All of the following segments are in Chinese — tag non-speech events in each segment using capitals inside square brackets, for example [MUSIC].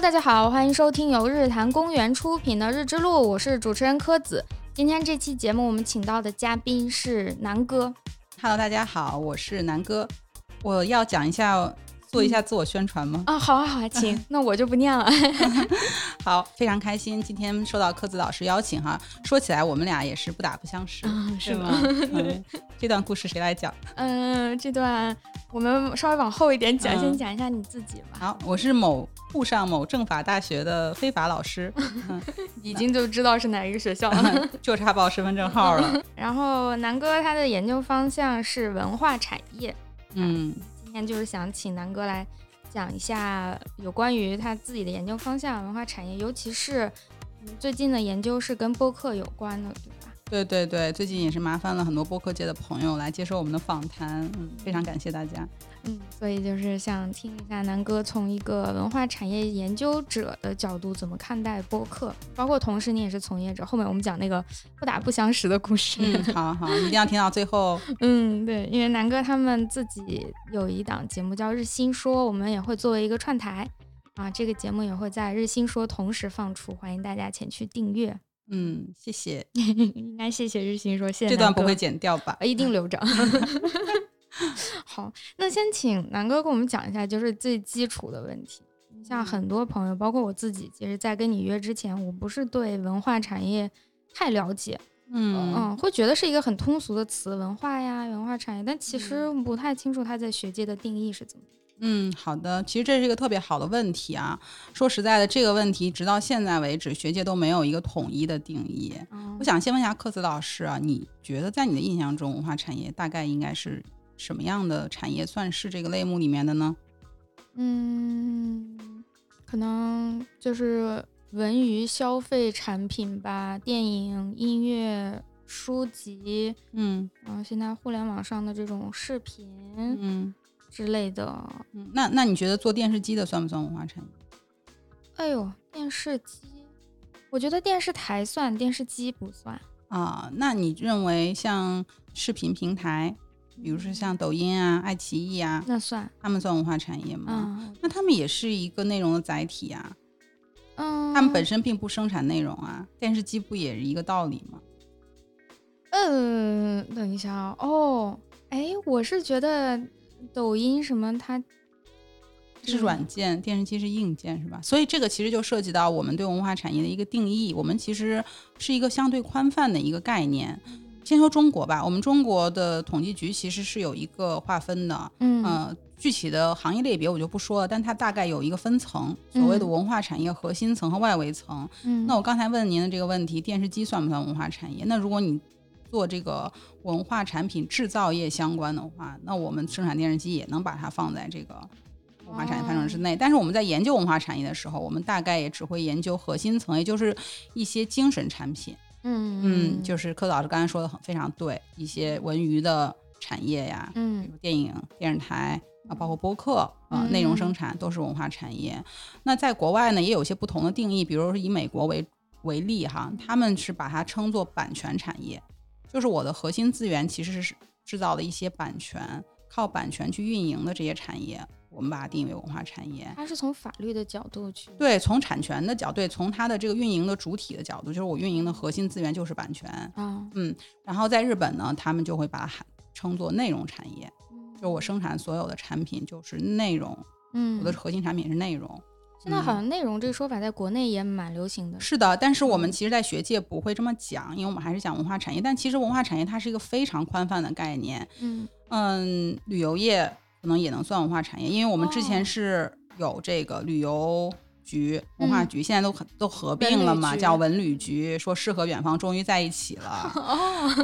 大家好，欢迎收听由日坛公园出品的《日之路》，我是主持人柯子。今天这期节目我们请到的嘉宾是南哥。 Hello，大家好，我是南哥。我要讲一下，做嗯一下自我宣传吗？ [LAUGHS] 啊、好啊，好啊，请， [LAUGHS] 那我就不念了。好，非常开心，今天受到柯子老师邀请哈。说起来，我们俩也是不打不相识，啊是对吗？ [LAUGHS] 嗯这段故事谁来讲？嗯、这段我们稍微往后一点讲，嗯先讲一下你自己吧。好，我是某沪上某政法大学的非法 [LAUGHS] 老师，已经就知道是哪一个学校 [LAUGHS] 了。就差报身份证 [LAUGHS] 号了。然后南哥他的研究方向是文化产业，嗯，今天就是想请南哥来讲一下有关于他自己的研究方向，文化产业，尤其是嗯最近的研究是跟播客有关的，对吧？对对对，最近也是麻烦了很多播客界的朋友来接受我们的访谈，嗯，非常感谢大家。嗯，所以就是想听一下南哥从一个文化产业研究者的角度怎么看待播客，包括同时你也是从业者。后面我们讲那个不打不相识的故事。嗯，好好，一定要听到最后。 [LAUGHS] 嗯，对，因为南哥他们自己有一档节目叫《日新说》，我们也会作为一个串台啊，这个节目也会在《日新说》同时放出，欢迎大家前去订阅。嗯，谢谢， [LAUGHS] 应该谢谢《日新说》，谢谢这段南不哥会剪掉吧？一定留着。 [LAUGHS] 好，那先请南哥给我们讲一下，就是最基础的问题。像很多朋友，包括我自己，其实，在跟你约之前，我不是对文化产业太了解，嗯嗯，会觉得是一个很通俗的词，文化呀，文化产业，但其实不太清楚它在学界的定义是怎么。嗯，好的，其实这是一个特别好的问题啊。说实在的，这个问题直到现在为止，学界都没有一个统一的定义。嗯我想先问一下克子老师啊，你觉得在你的印象中，文化产业大概应该是什么样的产业算是这个类目里面的呢？嗯，可能就是文娱消费产品吧，电影、音乐、书籍，嗯然后现在互联网上的这种视频嗯之类的，嗯，那那你觉得做电视机的算不算文化产业？哎呦，电视机，我觉得电视台算，电视机不算。啊，那你认为像视频平台，比如说像抖音啊、爱奇艺啊，那算，他们算文化产业吗？嗯那他们也是一个内容的载体啊。嗯，他们本身并不生产内容啊，电视机不也是一个道理吗？嗯，等一下啊哦，哎，我是觉得抖音什么它是软件，电视机是硬件，是吧？所以这个其实就涉及到我们对文化产业的一个定义。我们其实是一个相对宽泛的一个概念。嗯先说中国吧，我们中国的统计局其实是有一个划分的，嗯呃，具体的行业类别我就不说了，但它大概有一个分层，所谓的嗯文化产业核心层和外围层。嗯那我刚才问您的这个问题，电视机算不算文化产业？那如果你做这个文化产品制造业相关的话，那我们生产电视机也能把它放在这个文化产业范畴之内。但是我们在研究文化产业的时候，我们大概也只会研究核心层，也就是一些精神产品。嗯嗯，就是柯老师刚才说的很非常对，一些文娱的产业呀，比嗯如电影、电视台啊，包括播客啊，内容生产都是文化产业。那在国外呢，也有一些不同的定义，比如说以美国为为例哈，他们是把它称作版权产业，就是我的核心资源其实是制造的一些版权，靠版权去运营的这些产业，我们把它定义为文化产业。它是从法律的角度去对，从产权的角度，对，从它的这个运营的主体的角度，就是我运营的核心资源就是版权。啊，然后在日本呢，他们就会把它喊称作内容产业。就我生产所有的产品就是内容，嗯我的，核心产品是内容。现在好嗯像内容这个说法在国内也蛮流行的，是的，但是我嗯们其实，在学界不会这么讲，因为我们还是讲文化产业。但其实文化产业它是一个非常宽泛的概念，嗯嗯，旅游业可能也能算文化产业，因为我们之哦前是有这个旅游局、文化嗯局，现在都很都合文并嗯旅了嘛，局叫文旅局，说诗和远方终于在一起 [LAUGHS] 了。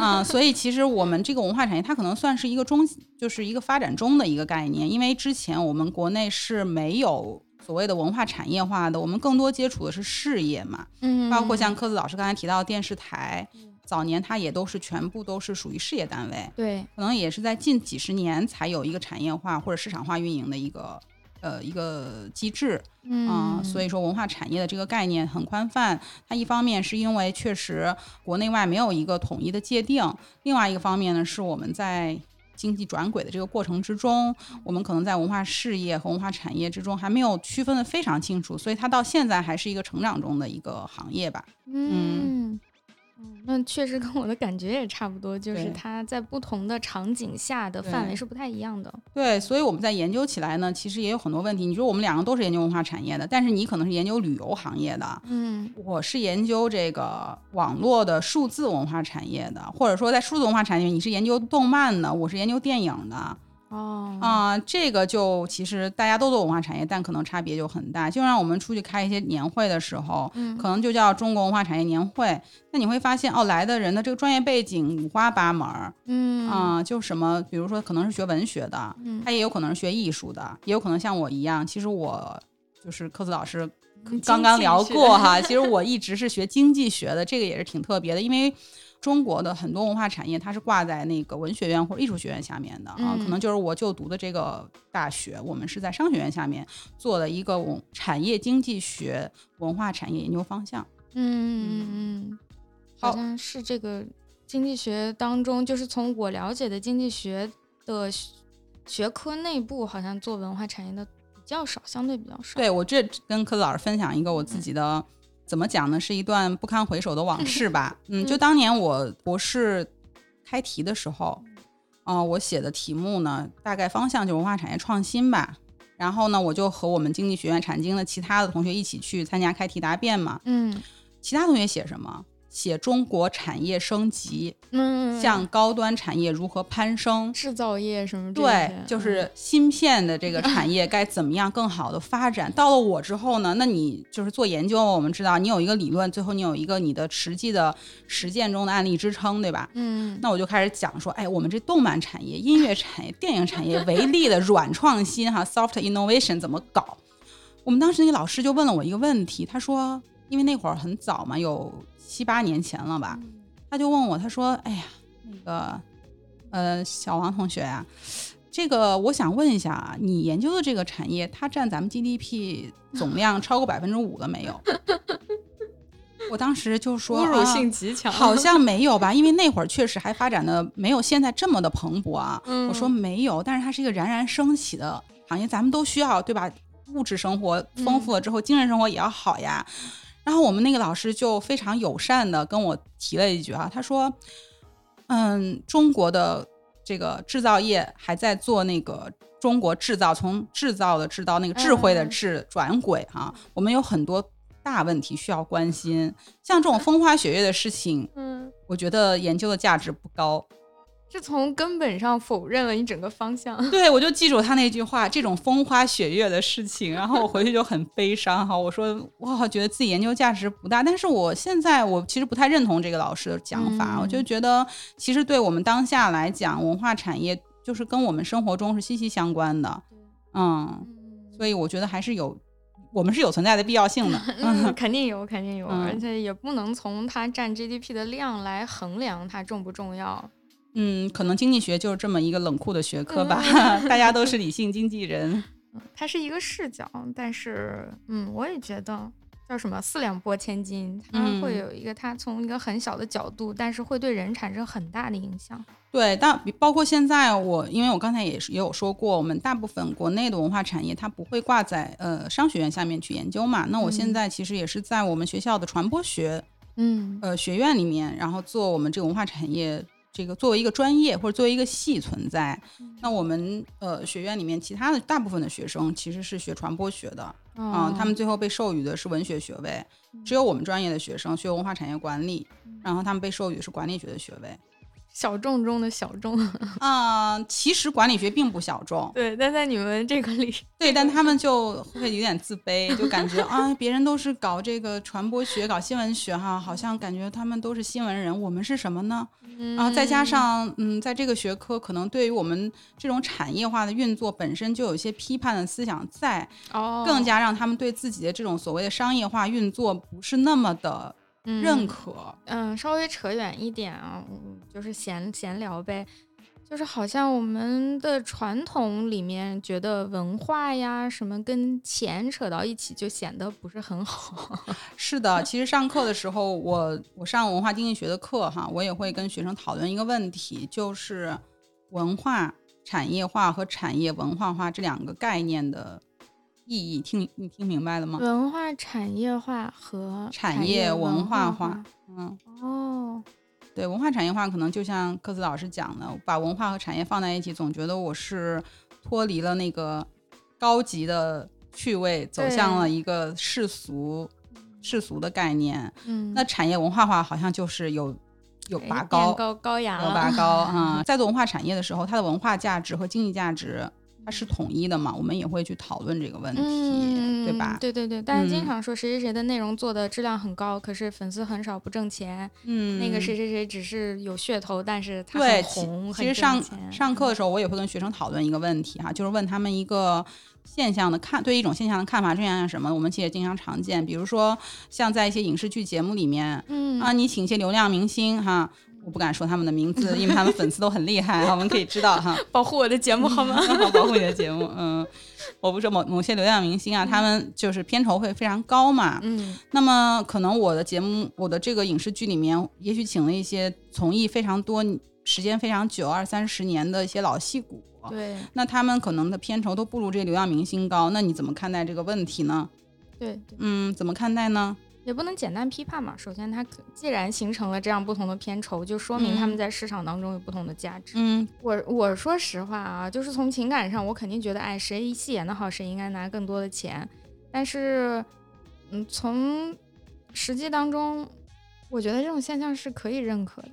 啊、所以其实我们这个文化产业，它可能算是一个中，就是一个发展中的一个概念，因为之前我们国内是没有。所谓的文化产业化的，我们更多接触的是事业嘛，嗯，包括像柯子老师刚才提到的电视台，早年它也都是全部都是属于事业单位，对，可能也是在近几十年才有一个产业化或者市场化运营的一个呃一个机制啊、嗯，所以说文化产业的这个概念很宽泛。它一方面是因为确实国内外没有一个统一的界定，另外一个方面呢是我们在经济转轨的这个过程之中，我们可能在文化事业和文化产业之中还没有区分的非常清楚，所以它到现在还是一个成长中的一个行业吧。嗯，嗯那确实跟我的感觉也差不多，就是对它在不同的场景下的范围对是不太一样的。对，所以我们在研究起来呢，其实也有很多问题。你说我们两个都是研究文化产业的，但是你可能是研究旅游行业的，嗯我是研究这个网络的数字文化产业的，或者说在数字文化产业，你是研究动漫的，我是研究电影的啊、哦，这个就其实大家都做文化产业，但可能差别就很大。就让我们出去开一些年会的时候，嗯可能就叫中国文化产业年会，那你会发现哦，来的人的这个专业背景五花八门儿嗯啊、就什么，比如说可能是学文学的，嗯他，也有可能是学艺术的，也有可能像我一样，其实我就是科子老师嗯经刚刚济聊学 [LAUGHS] 过哈，其实我一直是学经济学的，这个也是挺特别的，因为中国的很多文化产业它是挂在那个文学院或者艺术学院下面的啊，可嗯能就是我就读的这个大学，我们是在商学院下面做了一个文产业经济学文化产业研究方向。嗯嗯嗯，好好像是这个经济学当中，就是从我了解的经济学的学学科内部，好像做文化产业的比较少，相对比较少。对我这跟科子老师分享一个我自己的，怎么讲呢？是一段不堪回首的往事吧。嗯，就当年我博士开题的时候，啊、我写的题目呢，大概方向就文化产业创新吧。然后呢，我就和我们经济学院产经的其他的同学一起去参加开题答辩嘛。嗯其他同学写什么？写中国产业升级，嗯，向高端产业如何攀升？制造业什么这对些，嗯就是芯片的这个产业该怎么样更好的发展。到了我之后呢，那你就是做研究，我们知道你有一个理论，最后你有一个你的实际的实践中的案例支撑，对吧？嗯那我就开始讲说，哎，我们这动漫产业、音乐产业、电影产业为例的软创新哈 （soft innovation） 怎么搞？我们当时那个老师就问了我一个问题，他说，因为那会儿很早嘛，有七八年前了吧，嗯他就问我，他说：“哎呀，那个，呃，小王同学啊，这个我想问一下啊，你研究的这个产业，它占咱们 GDP 总量超过百分之五了没有？” [LAUGHS] 我当时就说：“侮辱啊性极强， [LAUGHS] 好像没有吧，因为那会儿确实还发展的没有现在这么的蓬勃啊。嗯我说没有，但是它是一个冉冉升起的行业，咱们都需要，对吧？物质生活丰富了之后，精神生活也要好呀。然后我们那个老师就非常友善的跟我提了一句啊，他说：“嗯，中国的这个制造业还在做那个中国制造，从制造的制造那个智慧的嗯智转轨啊，我们有很多大问题需要关心，像这种风花雪月的事情，嗯，我觉得研究的价值不高。 [LAUGHS] 是从根本上否认了你整个方向。对，我就记住他那句话，这种风花雪月的事情，然后我回去就很悲伤哈。我说我好像觉得自己研究价值不大，但是我现在我其实不太认同这个老师的讲法，嗯我就觉得其实对我们当下来讲，文化产业就是跟我们生活中是息息相关的，嗯， [LAUGHS] 所以我觉得还是有我们是有存在的必要性的， [LAUGHS] 嗯，肯定有，肯定有，嗯而且也不能从它占 GDP 的量来衡量它重不重要。嗯，可能经济学就是这么一个冷酷的学科吧， [LAUGHS] 大家都是理性经纪人。它是一个视角，但是，嗯，我也觉得叫什么“四两拨千斤”，它嗯会有一个它从一个很小的角度，但是会对人产生很大的影响。对，但包括现在我，因为我刚才也是也有说过，我们大部分国内的文化产业它不会挂在呃商学院下面去研究嘛。那我现在其实也是在我们学校的传播学嗯呃学院里面，然后做我们这个文化产业。这个作为一个专业或者作为一个系存在，那我们呃学院里面其他的大部分的学生其实是学传播学的，嗯啊、哦他们最后被授予的是文学学位，只有我们专业的学生学文化产业管理，然后他们被授予的是管理学的学位。小众中的小众，啊、其实管理学并不小众， [LAUGHS] 对，但在你们这个里，对，但他们就会有点自卑，就感觉啊，别人都是搞这个传播学、搞新闻学哈，好像感觉他们都是新闻人，我们是什么呢？嗯然后再加，上，嗯，在这个学科可能对于我们这种产业化的运作本身就有一些批判的思想在，哦，更加让他们对自己的这种所谓的商业化运作不是那么的认嗯可。嗯，稍微扯远一点啊，嗯就是闲闲聊呗。就是好像我们的传统里面觉得文化呀什么跟钱扯到一起就显得不是很 [LAUGHS] 好。是的，其实上课的时候，我我上文化经济学的课哈，我也会跟学生讨论一个问题，就是文化产业化和产业文化化这两个概念的意义，听你听明白了吗？文化产业化和产产业文文化化化。嗯，哦，对，文化产业化可能就像科子老师讲的，把文化和产业放在一起，总觉得我是脱离了那个高级的趣味，走向对了一个世俗世俗的概念。嗯，那产业文化化好像就是有有哎拔变高，高高雅有了，拔高啊、在做文化产业的时候，它的文化价值和经济价值它是统一的嘛？我们也会去讨论这个问题，嗯，对吧？对对对，大家经嗯常说谁谁谁的内容做的质量很高，可是粉丝很少不挣钱。嗯，那个谁谁谁只是有噱头，但是他对很其红，其实很挣上钱嗯上课的时候，我也会跟学生讨论一个问题哈，就是问他们一个现象的看，对一种现象的看法，这样什么，我们其实也经常常见，比如说像在一些影视剧节目里面，嗯啊，你请一些流量明星哈。我不敢说他们的名字，因为他们粉丝都很厉害，哈啊我们可以知道哈。保护我的节目好吗？好保护你的节目。嗯，我不是某某些流量明星啊，他们就是片酬会非常高嘛。 [LAUGHS] 嗯那么可能我的节目，我的这个影视剧里面，也许请了一些从艺非常多、时间非常久、二三十年的一些老戏骨。对那他们可能的片酬都不如这流量明星高，那你怎么看待这个问题呢？对对，嗯，怎么看待呢？也不能简单批判嘛。首先，它可既然形成了这样不同的片酬，就说明他们嗯在市场当中有不同的价值。嗯我我说实话啊，就是从情感上，我肯定觉得，哎，谁戏演的好，谁应该拿更多的钱。但是，嗯，从实际当中，我觉得这种现象是可以认可的。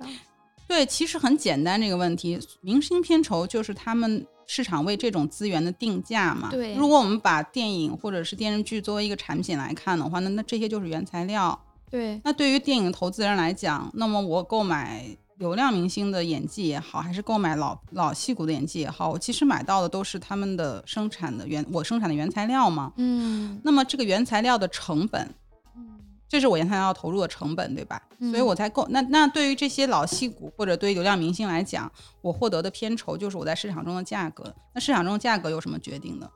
对，其实很简单这个问题，明星片酬就是他们市场为这种资源的定价嘛。对如果我们把电影或者是电视剧作为一个产品来看的话，那那这些就是原材料。对，那对于电影投资人来讲，那么我购买流量明星的演技也好，还是购买老老戏骨的演技也好，我其实买到的都是他们的生产的原我生产的原材料嘛。嗯那么这个原材料的成本，嗯这是我原材料投入的成本，对吧？所以我才购那那对于这些老戏骨或者对于流量明星来讲，我获得的片酬就是我在市场中的价格。那市场中的价格由什么决定的？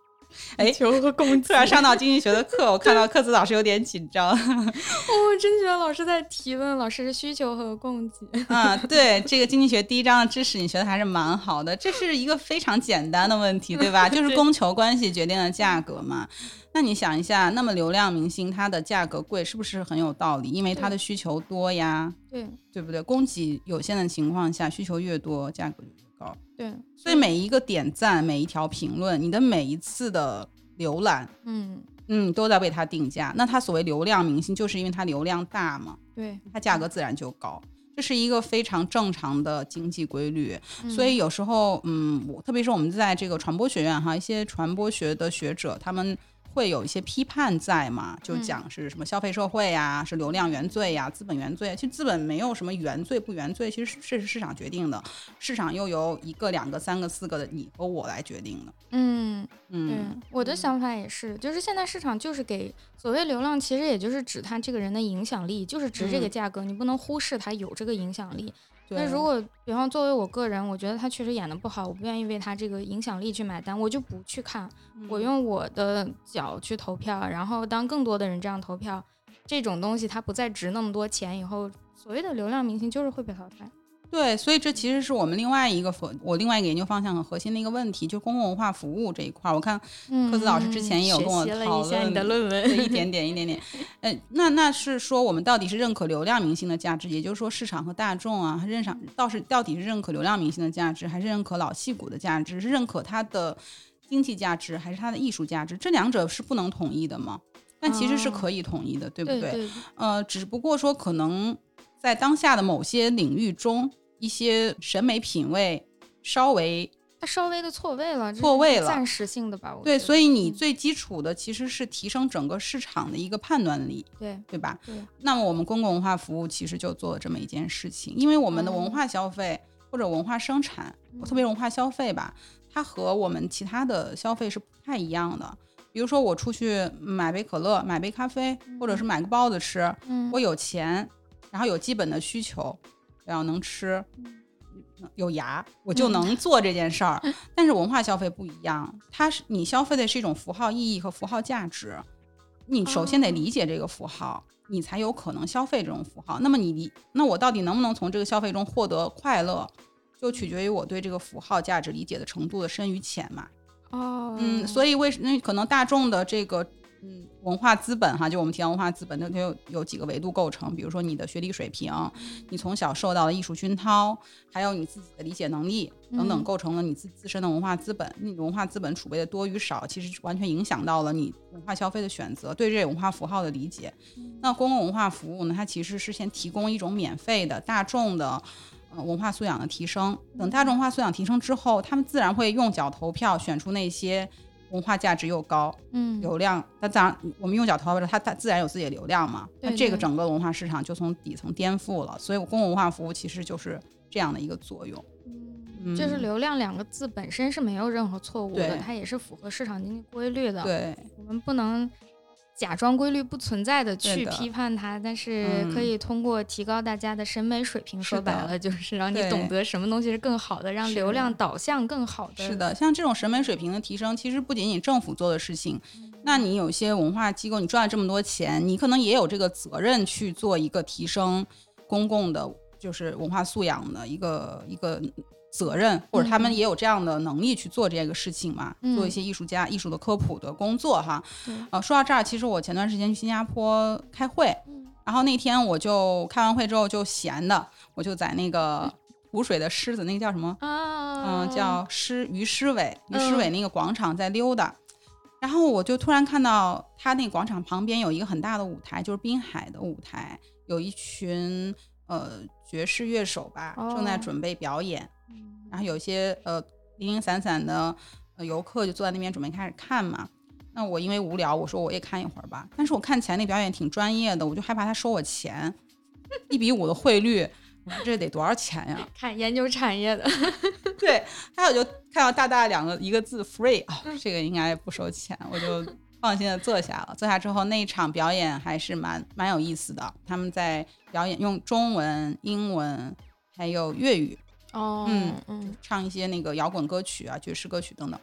哎，求和共突然上到经济学的课，我看到克子老师有点紧 [LAUGHS] 张。哦，真觉得老师在提问，老师是需求和供给。 [LAUGHS] 啊，对这个经济学第一章的知识，你学的还是蛮好的。这是一个非常简单的问题，对吧？就是供求关系决定了价格嘛。那你想一下，那么流量明星他的价格贵，是不是很有道理？因为他的需求多呀， [LAUGHS] 对对不对？供给有限的情况下，需求越多，价格就越高。对，所以每一个点赞、每一条评论、你的每一次的浏览，嗯嗯，都在为他定价。那他所谓流量明星，就是因为他流量大嘛，对，它价格自然就高。这是一个非常正常的经济规律，嗯所以有时候，嗯，我特别是我们在这个传播学院哈，一些传播学的学者，他们会有一些批判在嘛，就嗯讲是什么消费社会呀、是流量原罪呀、资本原罪。其实资本没有什么原罪不原罪，其实是是市场决定的，市场又由一个、两个、三个、四个的你和我来决定的。嗯。对嗯，，我的想法也是，就是现在市场就是给所谓流量，其实也就是指他这个人的影响力，就是值这个嗯价格，你不能忽视他有这个影响力。对那如果比方作为我个人，我觉得他确实演的不好，我不愿意为他这个影响力去买单，我就不去看，嗯我用我的脚去投票，然后当更多的人这样投票，这种东西它不再值那么多钱以后。所谓的流量明星就是会被淘汰，对，所以这其实是我们另外一个核，我另外一个研究方向和核心的一个问题，就公共文化服务这一块儿。我看嗯科子老师之前也有学跟我习了讨一下你的论论 [LAUGHS] 文，对，一点点，一点点。呃，那那是说我们到底是认可流量明星的价值，也就是说市场和大众啊，认上到是到底是认可流量明星的价值，还是认可老戏骨的价值？是认可它的经济价值，还是它的艺术价值？这两者是不能统一的吗？但其实是哦可以统一的，对不对对，呃，只不过说可能在当下的某些领域中，一些审美品味稍微它稍微的错位了，这错是位了暂时性的吧？我觉对，得所以你嗯最基础的其实是提升整个市场的一个判断力，对对吧？对，那么我们公共文化服务其实就做了这么一件事情，因为我们的文化消费或者文化生产，特别是文化消费吧，它和我们其他的消费是不太一样的。比如说我出去买杯可乐、买杯咖啡，或者是买个包子吃，嗯我有钱，然后有基本的需求，然后能吃，嗯有牙，我就能做这件事儿。但是文化消费不一样，它是你消费的是一种符号意义和符号价值，你首先得哦理解这个符号。你才有可能消费这种符号。那么你理，那我到底能不能从这个消费中获得快乐，就取决于我对这个符号价值理解的程度的深与浅嘛。哦，嗯，所以为什那可能大众的这个嗯文化资本哈，就我们提到文化资本，它它有有几个维度构成，比如说你的学历水平，你从小受到的艺术熏陶，还有你自己的理解能力等等，嗯构成了你自自身的文化资本。你的文化资本储备的多与少，其实完全影响到了你文化消费的选择，对这些文化符号的理解。那公共文化服务呢，它其实是先提供一种免费的大众的。呃文化素养的提升。嗯等大众文化素养提升之后，他们自然会用脚投票选出那些文化价值又高、嗯，流量。那自然，我们用脚投票的时候，它它自然有自己的流量嘛。对那这个对整个文化市场就从底层颠覆了。所以，公共文化服务其实就是这样的一个作用。嗯就是“流量”两个字本身是没有任何错误的，对它也是符合市场经济规律的。，对我们不能假装规律不存在的对去的嗯批判它，但是可以通过提高大家的审美水平，是说白的了就是让你对懂得什么东西是更好的，让是流的量导向更好的。是，的，像这种审美水平的提升，其实不仅仅政府做的事情，嗯那你有些文化机构，你赚了这么多钱，你可能也有这个责任去做一个提升公共的，就是文化素养的一个一个责任，或者他们嗯也有这样的能力去做这个事情嘛，嗯做一些艺术家、艺术的科普的工作哈对。呃，说到这儿，其实我前段时间去新加坡开会，嗯然后那天我就开完会之后就闲的，我就在那嗯个湖水的狮子，那个叫什么？啊，嗯，叫狮于狮尾，于狮尾嗯那个广场在溜达。然后我就突然看到他那个广场旁边有一个很大的舞台，就是滨海的舞台，有一群呃爵士乐手吧，正在哦准备表演。嗯然后有一些呃零零散散的、呃、游客就坐在那边准备开始看嘛。那我因为无聊，我说我也看一会儿吧。但是我看起来那表演挺专业的，我就害怕他收我钱，一比五的汇率，我说这得多少钱呀？看研究产业的， [LAUGHS] 对，还有就看到大大两个一个字 free 啊、这个应该不收钱，我就放心的坐下了。坐下之后，那一场表演还是蛮蛮有意思的。他们在表演用中文、英文还有粤语哦，嗯嗯唱一些那个摇滚歌曲啊、爵士歌曲等等。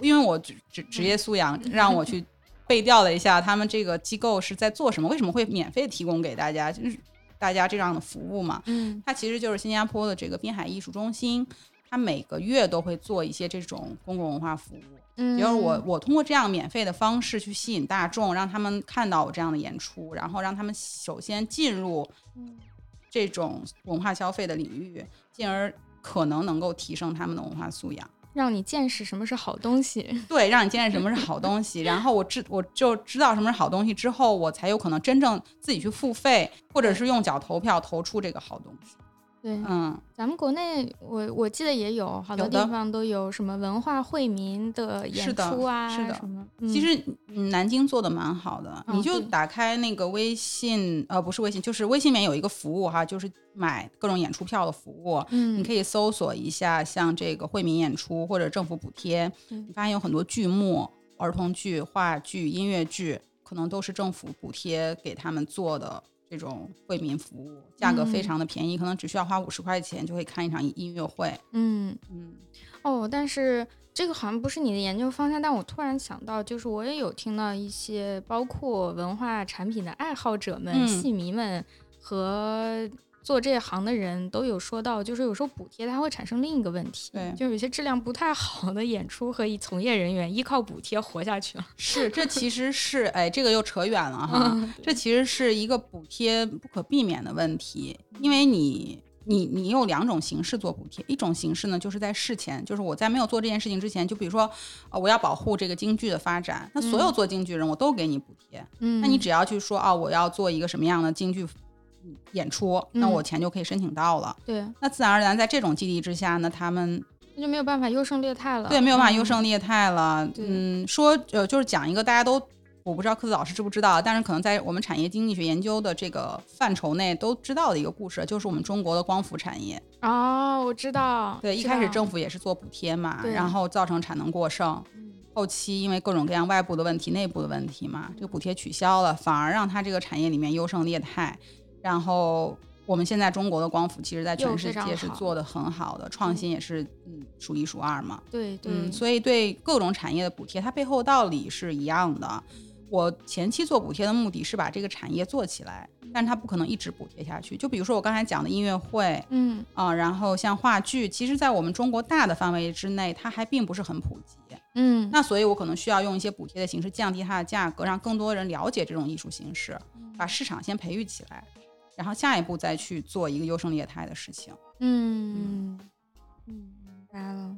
因为我职职职业素养，让我去背调了一下他们这个机构是在做什么，为什么会免费提供给大家，就是大家这样的服务嘛。嗯它其实就是新加坡的这个滨海艺术中心，它每个月都会做一些这种公共文化服务。嗯，比如我，我通过这样免费的方式去吸引大众，让他们看到我这样的演出，然后让他们首先进入嗯这种文化消费的领域，进而可能能够提升他们的文化素养。让你见识什么是好东西。对，让你见识什么是好东西，然后我知我就知道什么是好东西之后，我才有可能真正自己去付费，或者是用脚投票投出这个好东西。对，嗯，咱们国内，我我记得也有好多有的地方都有什么文化惠民的演是的出啊，是的什么。其嗯实嗯南京做的蛮好的，哦你就对打开那个微信，呃，不是微信，就是微信里面有一个服务哈，就是买各种演出票的服务。嗯，你可以搜索一下，像这个惠民演出或者政府补贴，对你发现有很多剧目、儿童剧、话剧、音乐剧，可能都是政府补贴给他们做的这种惠民服务，价格非嗯常的便宜，可能只需要花五十块钱就可以看一场音 [LAUGHS] 乐会。嗯嗯，哦，但是这个好像不是你的研究方向，但我突然想到，就是我也有听到一些包括文化产品的爱好者们、嗯戏迷们和。做这行的人都有说到，就是有时候补贴它会产生另一个问题，对就是有些质量不太好的演出和从业人员依靠补贴活下去了。是，这其实是，哎，这个又扯远了哈。嗯这其实是一个补贴不可避免的问题，因为你你你有两种形式做补贴，一种形式呢就是在事前，就是我在没有做这件事情之前，就比如说，呃，我要保护这个京剧的发展，那所有做京剧人我都给你补贴， [LAUGHS] 嗯，那你只要去说啊，我要做一个什么样的京剧演出，那嗯我钱就可以申请到了。对，那自然而然在这种激励之下呢，他们那就没有办法优胜劣汰了。对，没有办法优嗯胜劣汰了。对嗯，说呃，就是讲一个大家都，我不知道科子老师知不知道，但是可能在我们产业经济学研究的这个范畴内都知道的一个故事，就是我们中国的光伏产业。哦，我知道。对，一知开始道政府也是做补贴嘛，对然后造成产能过剩嗯。后期因为各种各样外部的问题、内部的问题嘛，这个补贴取消了，反而让它这个产业里面优胜劣汰。然后我们现在中国的光伏其实在又全非世常界是好做的很好的，创新也是嗯数一数二嘛。对对，嗯，所以对各种产业的补贴，它背后道理是一样的。我前期做补贴的目的是把这个产业做起来，但是它不可能一直补贴下去。就比如说我刚才讲的音乐会嗯啊、然后像话剧，其实在我们中国大的范围之内，它还并不是很普及。嗯，那所以，我可能需要用一些补贴的形式降低它的价格，让更多人了解这种艺术形式，把市场先培育起来，然后下一步再去做一个优胜劣汰的事情。嗯嗯，明白了。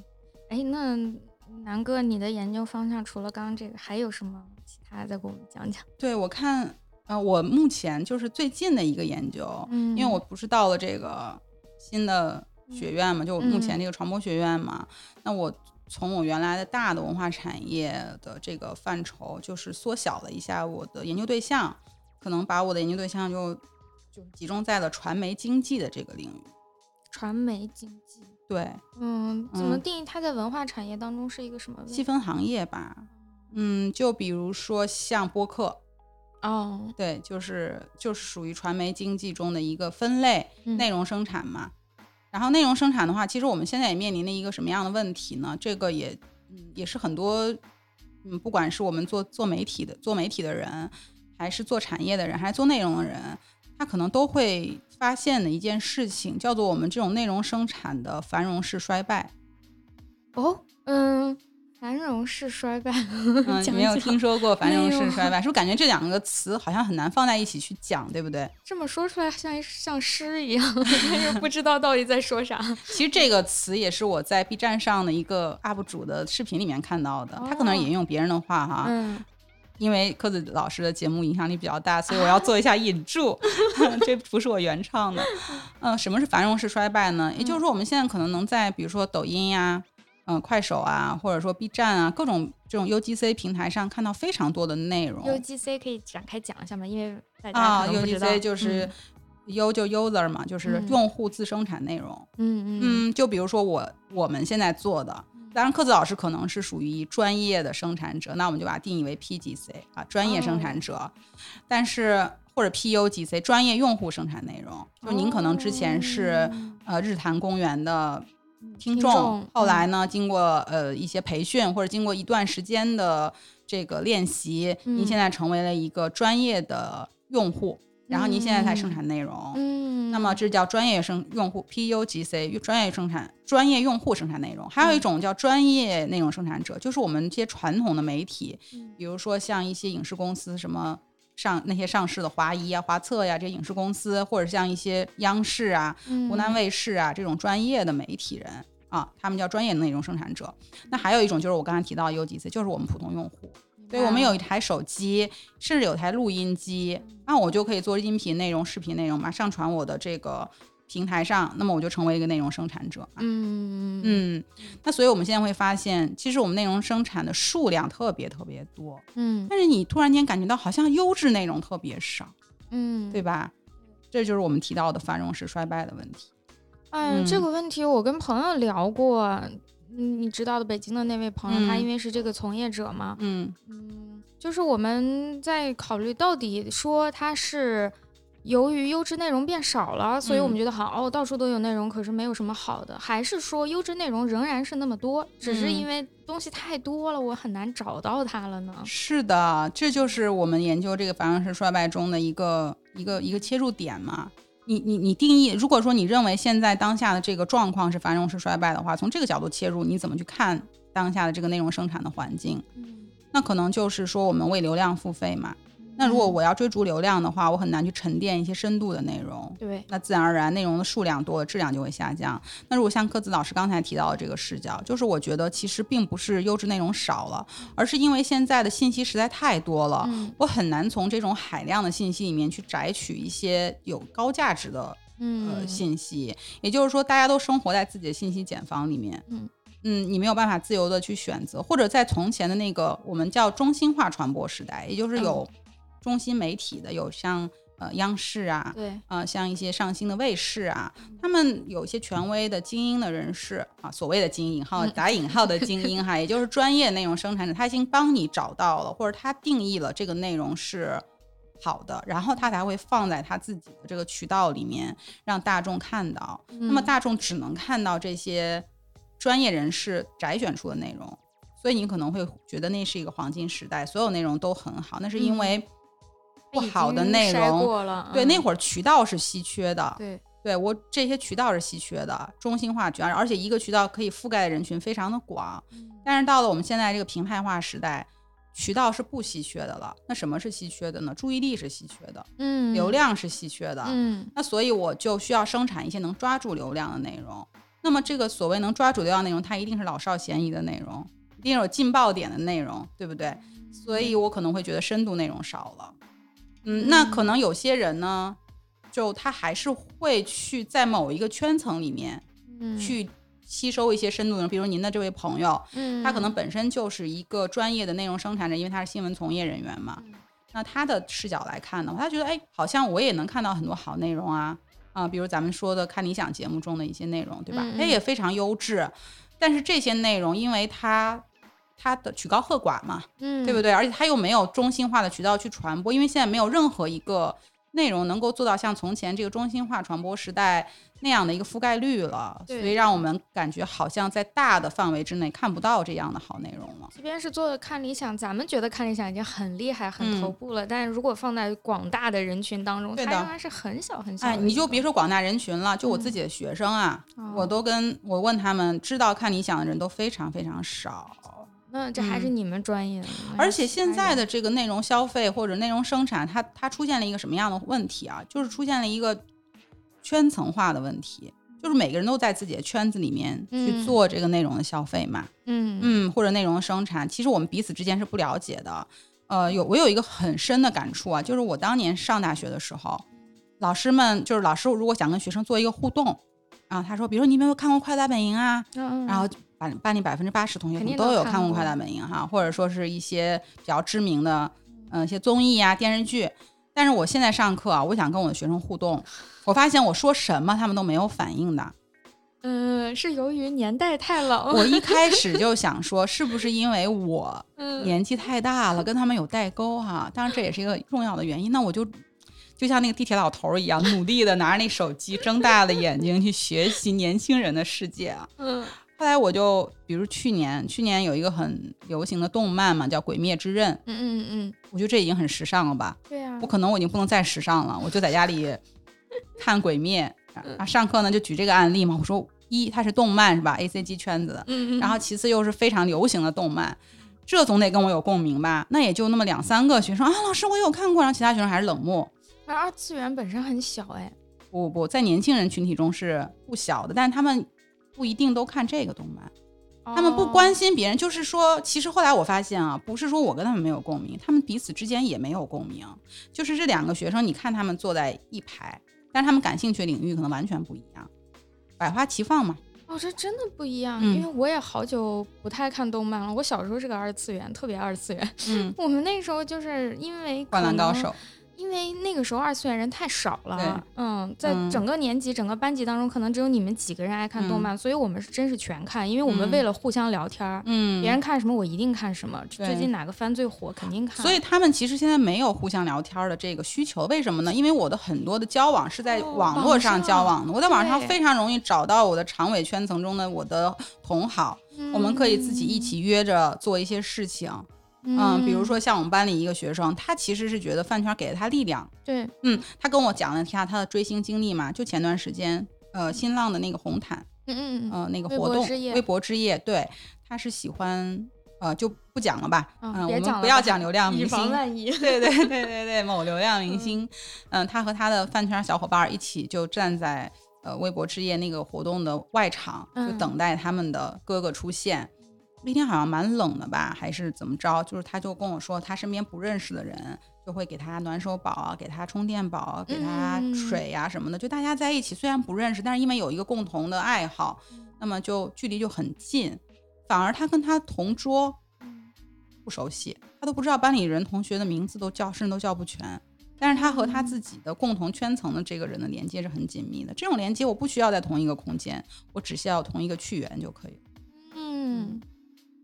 哎，那南哥，你的研究方向除了刚刚这个，还有什么其他的？再给我们讲讲。对我看，呃，我目前就是最近的一个研究，嗯，因为我不是到了这个新的学院嘛，就我目前这个传播学院嘛，那我从我原来的大的文化产业的这个范畴，就是缩小了一下我的研究对象，可能把我的研究对象就就集中在了传媒经济的这个领域。传媒经济，对，嗯，怎么嗯定义它在文化产业当中是一个什么位置？细分行业吧，嗯，就比如说像播客，哦，对，就是就是属于传媒经济中的一个分类，嗯内容生产嘛。然后内容生产的话，其实我们现在也面临的一个什么样的问题呢？这个也嗯也是很多嗯，不管是我们做做媒体的做媒体的人，还是做产业的人，还是做内容的人，他可能都会发现的一件事情，叫做我们这种内容生产的繁荣式衰败。哦，嗯，繁荣式衰败， [LAUGHS] 嗯，[LAUGHS] 你讲没有讲哎听说过繁荣没有式衰败，是不是感觉这两个词好像很难放在一起去讲，对不对？这么说出来像一像诗一样，但是不知道到底在说 [LAUGHS] 啥。其实这个词也是我在 B 站上的一个 UP 主的视频里面看到的，他可能哦引用别人的话哈，嗯，因为柯子老师的节目影响力比较大， [LAUGHS] 所以我要做一下引注， [LAUGHS] 这不是我原创的。嗯、什么是繁荣式衰败呢？也嗯就是说，我们现在可能能在比如说抖音呀、嗯、快手啊，或者说 B 站啊，各种这种 UGC 平台上看到非常多的内容。 UGC 可以展开讲一下吗？因为大家哦啊可能不知道，UGC 就是、U 就 user 嘛，就是嗯用户自生产内容。嗯嗯嗯嗯，就比如说我我们现在做的，当然柯子老师可能是属于专业的生产者，那我们就把它定义为 PGC 啊，专业生哦产者。但是或者 PUGC 专业用户生产内容，就您可能之前是、哦嗯呃日坛公园的听听众，众嗯后来呢，经过呃一些培训或者经过一段时间的这个练习，您嗯现在成为了一个专业的用户，然后您现在才生产内容。嗯，那么这叫专业生用户 PUGC，专业生产专业用户生产内容。还有一种叫专业内容生产者，就是我们这些传统的媒体，比如说像一些影视公司什么。上那些上市的华谊啊、华策呀、这些影视公司，或者像一些央视啊、嗯湖南卫视啊这种专业的媒体人啊，他们叫专业内容生产者。那还有一种就是我刚才提到的 UGC，就是我们普通用户。所以我们有一台手机，甚至有台录音机，那我就可以做音频内容、视频内容嘛，上传我的这个平台上，那么我就成为一个内容生产者嘛。嗯嗯嗯，那所以我们现在会发现，其实我们内容生产的数量特别特别多，嗯但是你突然间感觉到好像优质内容特别少，嗯，对吧？这就是我们提到的繁荣式衰败的问题。哎，这嗯个问题我跟朋友聊过，嗯，你知道的，北京的那位朋友，他嗯因为是这个从业者嘛，嗯，嗯，就是我们在考虑到底说它是由于优质内容变少了，所以我们嗯觉得好像哦，到处都有内容，可是没有什么好的，还是说优质内容仍然是那么多，只是因嗯为东西太多了，我很难找到它了呢？是的，这就是我们研究这个繁荣式衰败中的一个一个一个切入点嘛。你你你定义，如果说你认为现在当下的这个状况是繁荣式衰败的话，从这个角度切入，你怎么去看当下的这个内容生产的环境？嗯，那可能就是说我们为流量付费嘛。那如果我要追逐流量的话，我很难去沉淀一些深度的内容。对，那自然而然内容的数量多了，质量就会下降。那如果像柯子老师刚才提到的这个视角，就是我觉得其实并不是优质内容少了，而是因为现在的信息实在太多了，嗯我很难从这种海量的信息里面去摘取一些有高价值的呃嗯，信息。也就是说，大家都生活在自己的信息茧房里面。嗯嗯你没有办法自由的去选择，或者在从前的那个我们叫中心化传播时代，嗯也就是有中心媒体的，有像呃央视啊，对，呃，像一些上新的卫视啊，他们有一些权威的精英的人士啊，所谓的精英哈，嗯打引号的精英哈，也就是专业内容生产者，他已经帮你找到了，或者他定义了这个内容是好的，然后他才会放在他自己的这个渠道里面让大众看到。那么嗯大众只能看到这些专业人士摘选出的内容，嗯所以你可能会觉得那是一个黄金时代，所有内容都很好，那是因为不好的内容，过了，对，那儿会儿渠道是稀缺的，嗯对对我这些渠道是稀缺的，中心化渠道，而且一个渠道可以覆盖的人群非常的广。嗯但是到了我们现在这个平台化时代，渠道是不稀缺的了。那什么是稀缺的呢？注意力是稀缺的，嗯流量是稀缺的。嗯那所以我就需要生产一些能抓住流量的内容。那么这个所谓能抓住流量内容，它一定是老少咸宜的内容，一定有劲爆点的内容，对不对？所以我可能会觉得深度内容少了。嗯，那可能有些人呢，就他还是会去在某一个圈层里面嗯去吸收一些深度内容，比如您的这位朋友，嗯他可能本身就是一个专业的内容生产者，因为他是新闻从业人员嘛嗯。那他的视角来看的话，他觉得哎，好像我也能看到很多好内容啊啊、比如咱们说的看理想节目中的一些内容，对吧？嗯嗯他也非常优质，但是这些内容因为他他的曲高和寡嘛，嗯对不对？而且它又没有中心化的渠道去传播，因为现在没有任何一个内容能够做到像从前这个中心化传播时代那样的一个覆盖率了，所对以让我们感觉好像在大的范围之内看不到这样的好内容了。即便是做看理想，咱们觉得看理想已经很厉害、很头嗯部了，但如果放在广大的人群当中，它对的仍然是很小很小的哎，一个。你就别说广大人群了，就我自己的学生啊，嗯哦我都跟我问他们，知道看理想的人都非常非常少。那这还是你们专业的，那嗯而且现在其的这个内容消费或者内容生产，它它出现了一个什么样的问题啊？就是出现了一个圈层化的问题，就是每个人都在自己的圈子里面去嗯做这个内容的消费嘛，他人，嗯嗯，或者内容的生产，其实我们彼此之间是不了解的。呃，有我有一个很深的感触啊，就是我当年上大学的时候，老师们就是老师如果想跟学生做一个互动啊，他说，比如说你有没有看过《快乐大本营》啊？嗯，然后班班里百分之八十同学可肯定能都都有看看过《过快乐大本营》哈，或者说是一些比较知名的，嗯、一些综艺啊、电视剧。但是我现在上课啊，我想跟我的学生互动，我发现我说什么他们都没有反应的。嗯，是由于年代太老，我 [LAUGHS] 一开始就想说，是不是因为我嗯年纪太大了，跟他们有代沟哈、当然这也是一个重要的原因。那我就就像那个地铁老头儿一样，努力的拿着那手机，睁大了眼睛去学习年轻人的世界啊。嗯后来我就，比如去年，去年有一个很流行的动漫嘛，叫《鬼灭之刃》，嗯嗯嗯，我觉得这已经很时尚了吧？对呀我，可能我已经不能再时尚了，我就在家里看《鬼灭》啊，上课呢就举这个案例嘛。我说一，它是动漫是吧？A C G 圈子的，嗯嗯，然后其次又是非常流行的动漫，这总得跟我有共鸣吧？那也就那么两三个学生啊，老师我有看过，然后其他学生还是冷漠。那二次元本身很小哎，不不不，在年轻人群体中是不小的，但是他们不一定都看这个动漫。他们不哦关心别人，就是说，其实后来我发现啊，不是说我跟他们没有共鸣，他们彼此之间也没有共鸣。就是这两个学生，你看他们坐在一排，但是他们感兴趣的领域可能完全不一样，百花齐放嘛。哦，这真的不一样，嗯因为我也好久不太看动漫了。我小时候是个二次元，特别二次元。嗯，我们那时候就是因为可 [LAUGHS] 灌篮高能手，因为那个时候二次元人太少了对，嗯，在嗯整个年级、整个班级当中，可能只有你们几个人爱看动漫，所以我们是真是全看，因为我们嗯为了互相聊天儿，嗯，别人看什么我一定看什么，对最近哪个番最火肯定看。所以他们其实现在没有互相聊天的这个需求，为什么呢？因为我的很多的交往是在哦网络上网上交往的，我在网上对非常容易找到我的长尾圈层中的我的同好，我们可以自己一起约着做一些事情。嗯，嗯，比如说像我们班里一个学生，他其实是觉得饭圈给了他力量。对，嗯，他跟我讲了一下他的追星经历嘛，就前段时间，呃，新浪的那个红毯，嗯嗯嗯呃，那个微活博动，之夜微博之夜，对，他是喜欢，呃，就不讲了吧，啊嗯、别我讲们了不要吧讲流量以明防星，万一。对对对对对，某流量明星，嗯、他和他的饭圈小伙伴儿一起就站在呃微博之夜那个活动的外场，就嗯等待他们的哥哥出现。那天好像蛮冷的吧，还是怎么着？就是他就跟我说，他身边不认识的人就会给他暖手宝啊，给他充电宝啊，给他嗯水呀、什么的。就大家在一起，虽然不认识，但是因为有一个共同的爱好，嗯那么就距离就很近。反而他跟他同桌嗯不熟悉，他都不知道班里人同学的名字都叫，甚至都叫不全。但是他和嗯他自己的共同圈层的这个人的连接是很紧密的。这种连接我不需要在同一个空间，我只需要同一个去源就可以 [LAUGHS] 了。嗯，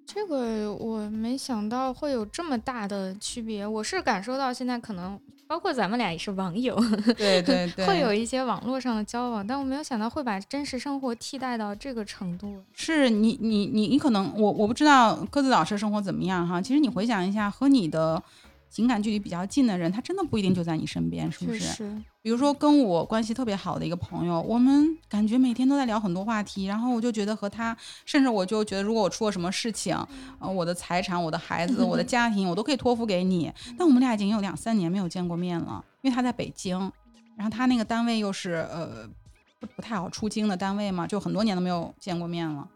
这个我没想到会有这么大的区别。我是感受到现在可能包括咱们俩也是网友，对对对，会有一些网络上的交往，但我没有想到会把真实生活替代到这个程度。是你你你你可能我我不知道各自老师生活怎么样哈。其实你回想一下，和你的情感距离比较近的人，他真的不一定就在你身边，是不确是？实，比如说跟我关系特别好的一个朋友，我们感觉每天都在聊很多话题，然后我就觉得和他，甚至我就觉得如果我出了什么事情，呃，我的财产、我的孩子、我的家庭，我都可以托付给你。嗯但我们俩已经有两三年没有见过面了，因为他在北京，然后他那个单位又是呃不不太好出京的单位嘛，就很多年都没有见过面了。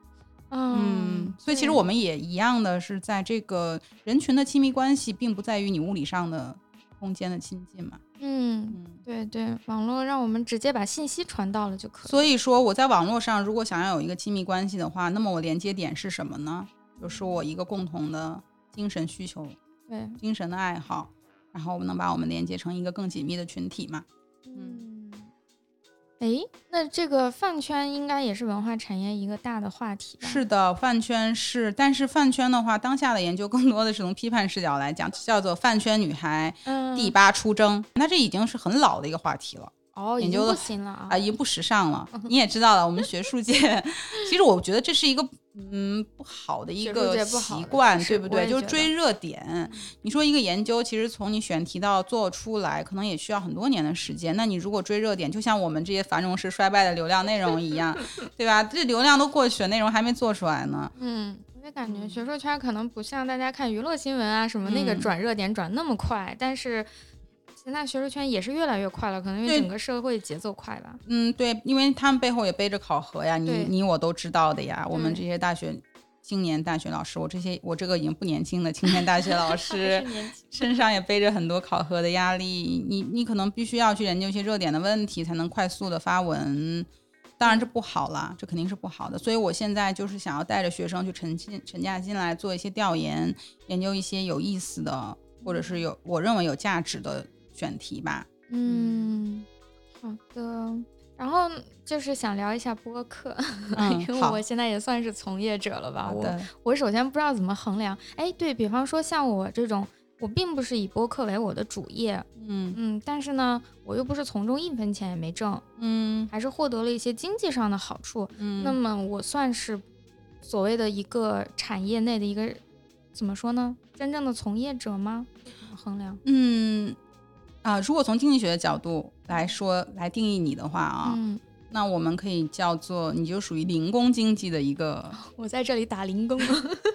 嗯，所以其实我们也一样的是在这个人群的亲密关系，并不在于你物理上的空间的亲近嘛。嗯。嗯。对对，网络让我们直接把信息传到了就可以。所以说，我在网络上如果想要有一个亲密关系的话，那么我连接点是什么呢？就是我一个共同的精神需求、对，精神的爱好，然后我们能把我们连接成一个更紧密的群体嘛？嗯，诶，那这个饭圈应该也是文化产业一个大的话题吧？是的，饭圈是，但是饭圈的话，当下的研究更多的是从批判视角来讲，叫做饭圈女孩嗯，第八出征，那这已经是很老的一个话题了。哦，已研经究不了行了啊嗯啊，已经不时尚了。你也知道了，我们学术界，其实我觉得这是一个嗯不好的一学术个界不好习的惯，是对不我对？也就觉嗯是追热点。你说一个研究，其实从你选题到做出来，可能也需要很多年的时间。那你如果追热点，就像我们这些繁荣时衰败的流量内容一样， [LAUGHS] 对吧？这流量都过去了，内容还没做出来呢。嗯，我也感觉学术圈可能不像大家看娱乐新闻啊什么那个嗯转热点转那么快，但是现在学术圈也是越来越快了，可能因为对整个社会节奏快吧。嗯，对，因为他们背后也背着考核呀，你对你我都知道的呀。我们对这些大学青年大学老师，我这些我这个已经不年轻的青年大 [LAUGHS] 学老师，年轻身上也背着很多考核的压力，你你可能必须要去研究一些热点的问题，才能快速的发文。当然这不好啦，这肯定是不好的。所以我现在就是想要带着学生去沉浸、沉下心来做一些调研，研究一些有意思的，或者是有我认为有价值的选题吧。嗯，好的。然后就是想聊一下播客，嗯因为好我现在也算是从业者了吧。好啊我的，我首先不知道怎么衡量。哎，对比方说像我这种，我并不是以播客为我的主业，嗯嗯，但是呢，我又不是从中一分钱也没挣，嗯还是获得了一些经济上的好处。嗯，那么我算是所谓的一个产业内的一个怎么说呢？真正的从业者吗？怎么衡量？嗯啊、如果从经济学的角度来说来定义你的话啊，嗯，那我们可以叫做你就属于零工经济的一 [LAUGHS] 个我在这里打零工。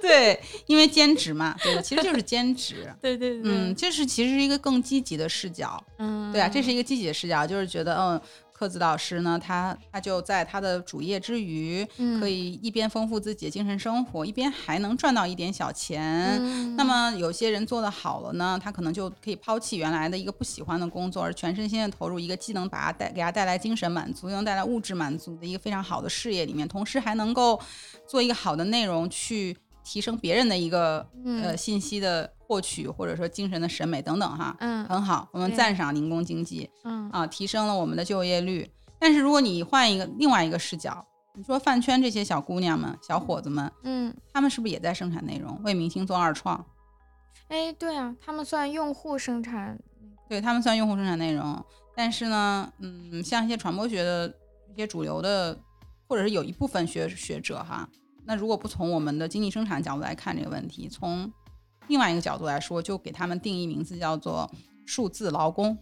对，因为兼职嘛，对吧，其实就是兼职 [LAUGHS] 。对 [LAUGHS] 对嗯，，这是其实是一个更积极的视角，嗯，对啊，这是一个积极的视角，就是觉得嗯，克子老师呢，他他就在他的主业之余，可以。以一边丰富自己的精神生活，一边还能赚到一点小钱。嗯那么有些人做得好了呢，他可能就可以抛弃原来的一个不喜欢的工作，而全身心的投入一个既能把他带给他带来精神满足，又能带来物质满足的一个非常好的事业里面，同时还能够做一个好的内容去提升别人的一个、呃嗯信息的获取，或者说精神的审美等等哈，嗯很好，我们对赞赏零工经济嗯啊，提升了我们的就业率。但是如果你换一个另外一个视角，你说饭圈这些小姑娘们、小伙子们，嗯，他们是不是也在生产内容，为明星做二创？哎，对啊，他们算用户生产，对他们算用户生产内容，但是呢，嗯，像一些传播学的一些主流的，或者是有一部分学学者哈，那如果不从我们的经济生产角度来看这个问题，从另外一个角度来说，就给他们定义名字叫做数字劳工。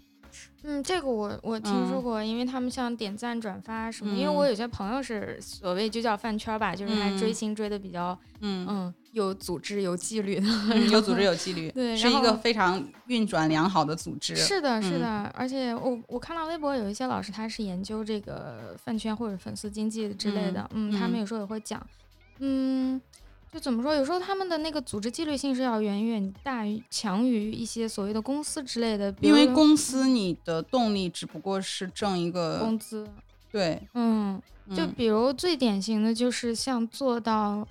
嗯，这个我我听说嗯过，因为他们像点赞、转发什么，因为嗯我有些朋友是所谓就叫饭圈吧，就是还追嗯星追的比较嗯，嗯有组织、有纪律的，嗯有组 [LAUGHS] 织有纪律，对是一然个后非常运转良好的组织。是的，是嗯的，而且我我看到微博有一些老师，他是研究这个饭圈或者粉丝经济之类的，嗯，嗯他们嗯有时候也会讲，嗯，就怎么说，有时候他们的那个组织纪律性是要远远大于强于一些所谓的公司之类的，比因为如公司你的动力只不过是挣一个工资，对，嗯，就嗯比如最典型的就是像做到。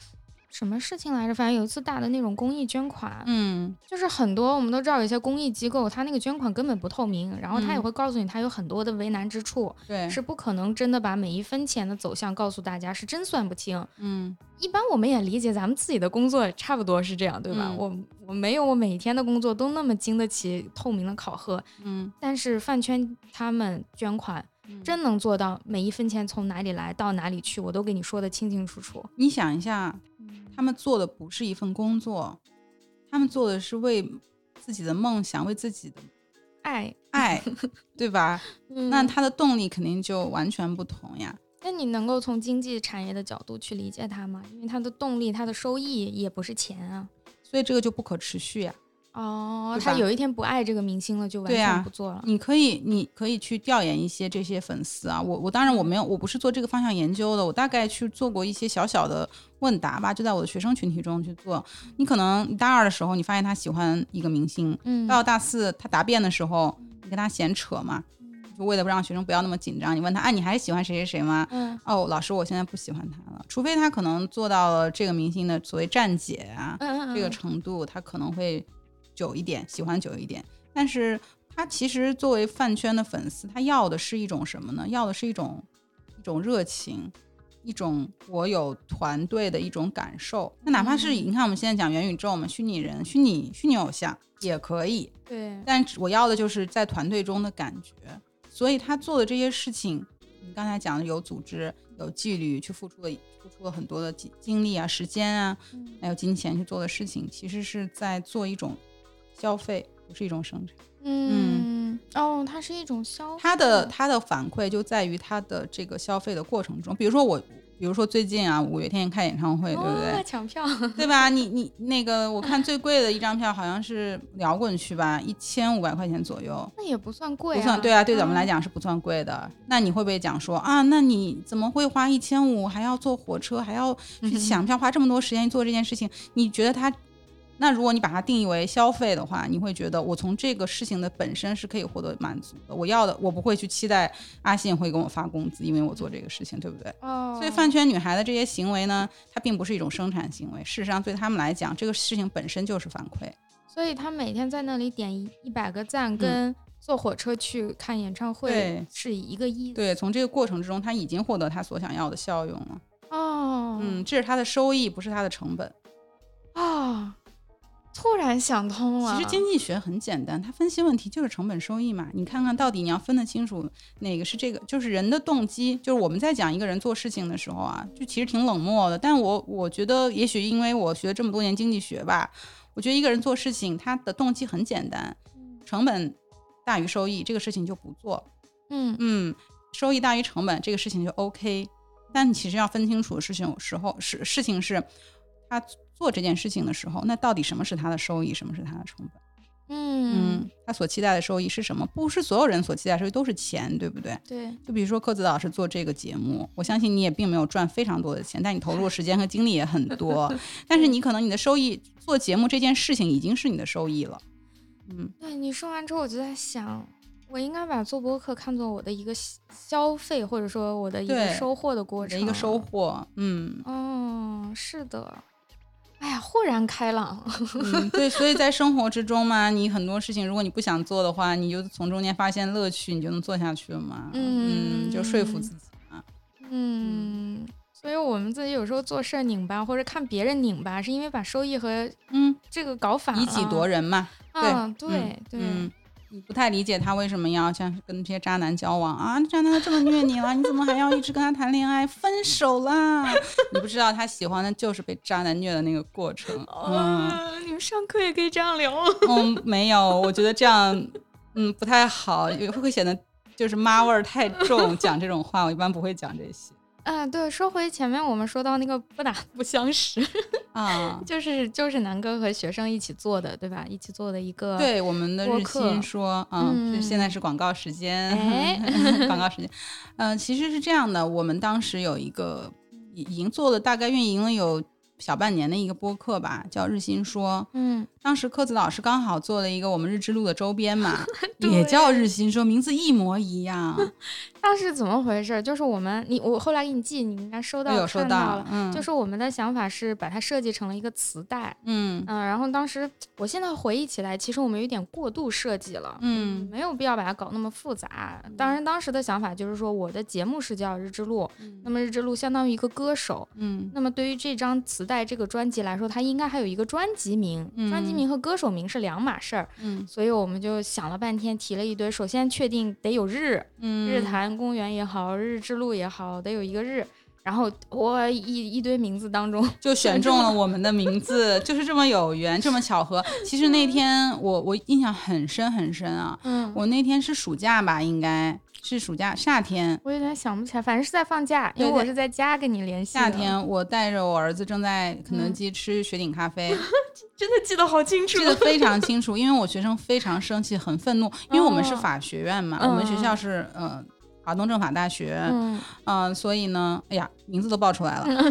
什么事情来着？反正有一次大的那种公益捐款，嗯就是很多我们都知道，有些公益机构它那个捐款根本不透明，然后它也嗯会告诉你它有很多的为难之处，对是不可能真的把每一分钱的走向告诉大家，是真算不清。嗯一般我们也理解，咱们自己的工作也差不多是这样，对吧？嗯我我没有我每天的工作都那么经得起透明的考核，嗯但是饭圈他们捐款嗯真能做到每一分钱从哪里来到哪里去，我都给你说的清清楚楚。你想一下，他们做的不是一份工作，他们做的是为自己的梦想，为自己的爱，爱，对吧？嗯那它的动力肯定就完全不同呀。那你能够从经济产业的角度去理解它吗？因为它的动力、它的收益也不是钱啊。所以这个就不可持续啊呀。哦，对他吧有一天不爱这个明星了，就完对全啊不做了。你可以，你可以去调研一些这些粉丝啊。我我当然我没有，我不是做这个方向研究的，我大概去做过一些小小的问答吧，就在我的学生群体中去做。你可能你大二的时候，你发现他喜欢一个明星，嗯，到大四他答辩的时候，你跟他闲扯嘛，就为了不让学生不要那么紧张，你问他，哎，你还喜欢谁谁谁吗？嗯哦，老师，我现在不喜欢他了。除非他可能做到了这个明星的所谓站姐啊嗯，嗯，这个嗯程度，他可能会久一点，喜欢久一点。但是他其实作为饭圈的粉丝，他要的是一种什么呢？要的是一种一种热情，一种我有团队的一种感受。那哪怕是嗯你看我们现在讲元宇宙嘛，虚拟人、虚拟虚拟偶像也可以，对，但我要的就是在团队中的感觉。所以他做的这些事情，你刚才讲的有组织、有纪律，去付出了付出了很多的精精力啊、时间啊，嗯还有金钱去做的事情，其实是在做一种消费，不是一种生产。嗯，哦，它是一种消费，它的它的反馈就在于它的这个消费的过程中，比如说我，比如说最近啊，五月天开演唱会，对不哦对？抢 [LAUGHS] 票，对吧？你你那个，我看最贵的一张票好像是摇滚区吧，一千五百块钱左右。那也不算贵，不算对啊，对咱们嗯来，讲是不算贵的。那你会不会讲说啊？那你怎么会花一千五，还要坐火车，还要去抢票，花这么多时间去做这件事情？你觉得它？那如果你把它定义为消费的话，你会觉得我从这个事情的本身是可以获得满足的。我要的，我不会去期待阿信会给我发工资，因为我做这个事情，对不对？哦，所以饭圈女孩的这些行为呢，它并不是一种生产行为。事实上，对他们来讲，这个事情本身就是反馈。所以他每天在那里点一一百个赞，跟坐火车去看演唱会嗯对是一个意思。对，从这个过程之中，他已经获得他所想要的效用了。哦，嗯，这是它的收益，不是它的成本。啊，突然想通了。其实经济学很简单，它分析问题就是成本收益嘛。你看看到底你要分得清楚哪个是这个，就是人的动机。就是我们在讲一个人做事情的时候啊，就其实挺冷漠的。但我我觉得，也许因为我学了这么多年经济学吧，我觉得一个人做事情，他的动机很简单，成本大于收益，这个事情就不做。嗯嗯，收益大于成本这个事情就 OK。但你其实要分清楚的事情，有时候是事情是他做这件事情的时候，那到底什么是他的收益，什么是他的成本？嗯，他所期待的收益是什么？不是所有人所期待的收益都是钱，对不对？对，就比如说柯子老师做这个节目，我相信你也并没有赚非常多的钱，但你投入的时间和精力也很多。但是你可能你的收益，做节目这件事情已经是你的收益了。嗯，对哎你说完之后，我就在想，我应该把做播客看作我的一个消消费，或者说我的一个对收获的过你的程，啊一个收。获。嗯，嗯，是的。哎呀，豁然开朗。 [LAUGHS] 嗯，对，所以在生活之中嘛，你很多事情，如果你不想做的话，你就从中间发现乐趣，你就能做下去了嘛。嗯就说服自己。嗯，所以我们自己有时候做事儿拧巴，或者看别人拧巴，是因为把收益和嗯，这个搞反了。以己度人嘛。嗯，对对对。嗯，你不太理解他为什么要像跟这些渣男交往啊？渣男这么虐你了，你怎么还要一直跟他谈恋爱？分手啦！ [LAUGHS] 你不知道他喜欢的就是被渣男虐的那个过程。嗯，哦，你们上课也可以这样聊。嗯，没有，我觉得这样，嗯，不太好，也会显得就是妈味儿太重。讲这种话，我一般不会讲这些。嗯，对，说回前面我们说到那个不打不相识，，啊就是就是南哥和学生一起做的，对吧？一起做的一个，对，我们的播日客哎新说，嗯，是现在是广告时间，广告时间，嗯、其实是这样的，我们当时有一个已已经做了大概运营了有小半年的一个播客吧，叫日新说，嗯，当时柯子老师刚好做了一个我们日之路的周边 [LAUGHS] 嘛，对也叫日新说，名字一模 [LAUGHS] 一样，当时怎么回事？就是我们你我后来给你寄，你应该收都到有哎收看到了。嗯，就是我们的想法是把它设计成了一个磁带，嗯嗯、然后当时我现在回忆起来，其实我们有点过度设计了，嗯没有必要把它搞那么复杂。当然，当时的想法就是说，我的节目是叫《日之路》，那么《日之路》相当于一个歌手，嗯那么对于这张磁带这个专辑来说，它应该还有一个专辑名，嗯专辑名和歌手名是两码事儿，嗯所以我们就想了半天，提了一堆。首先确定得有日，嗯，日坛公园也好，日之路也好，得有一个日。然后我一一堆名字当中，就选中了我们的名字，就是这么有缘，这么巧合。其实那天我我印象很深很深啊，嗯，我那天是暑假吧，应该是暑假夏天，我有点想不起来，反正是在放假，因对为我对是在家跟你联系的。嗯夏天我带着我儿子正在肯德基吃雪顶 [LAUGHS] 咖啡，真的记得好清楚记得非常清楚，因为我学生非常生气，很愤怒，因为我们是法学院嘛，嗯我们学校是呃华东政法大学，嗯嗯、所以呢，哎呀，名字都报出来了。 [LAUGHS]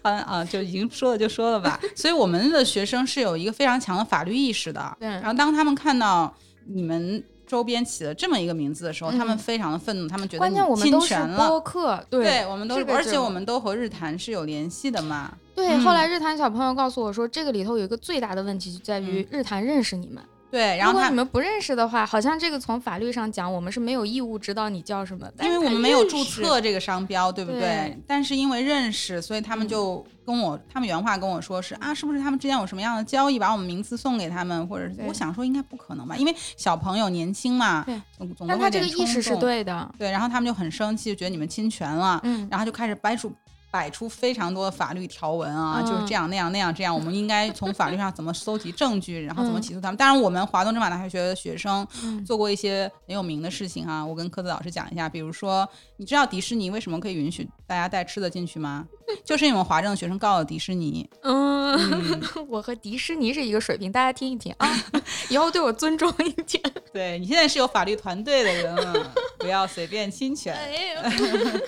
好了啊，就已经说了就说了吧。所以我们的学生是有一个非常强的法律意识的。对然后当他们看到你们周边起了这么一个名字的时候，嗯他们非常的愤怒，他们觉得关你键我们侵都是权了。播客，对，我们都是，这个而就且我们都和日坛是有联系的嘛。对。嗯后来日坛小朋友告诉我说，这个里头有一个最大的问题就在于日坛认识你们，对，嗯然后如果他你们不认识的话，好像这个从法律上讲，我们是没有义务知道你叫什么，但因是为我他们没有认注识，册这个商标，对不对？对嗯但是因为认识，所以他们就跟我，他们原话跟我说是啊，是不是他们之间有什么样的交易，把我们名字送给他们，或者是对我想说应该不可能吧，因为小朋友年轻嘛对，总总但会他有这点个意识是冲动对的，对，然后他们就很生气，觉得你们侵权了，嗯，然后就开始掰出。摆出非常多的法律条文啊，嗯就是这样那样那样这样，我们应该从法律上怎么搜集证据，然后怎么嗯起诉他们。当然，我们华东政法大学的学生嗯做过一些很有名的事情啊，我跟科子老师讲一下，比如说，你知道迪士尼为什么可以允许大家带吃的进去吗？ [LAUGHS] 就是因为我们华政的学生告了迪士尼，嗯，嗯， [LAUGHS] 我和迪士尼是一个水平，大家听一听啊，以后对我尊重一点。对你现在是有法律团队的人了，不要随便侵权。 [LAUGHS] 哎呦，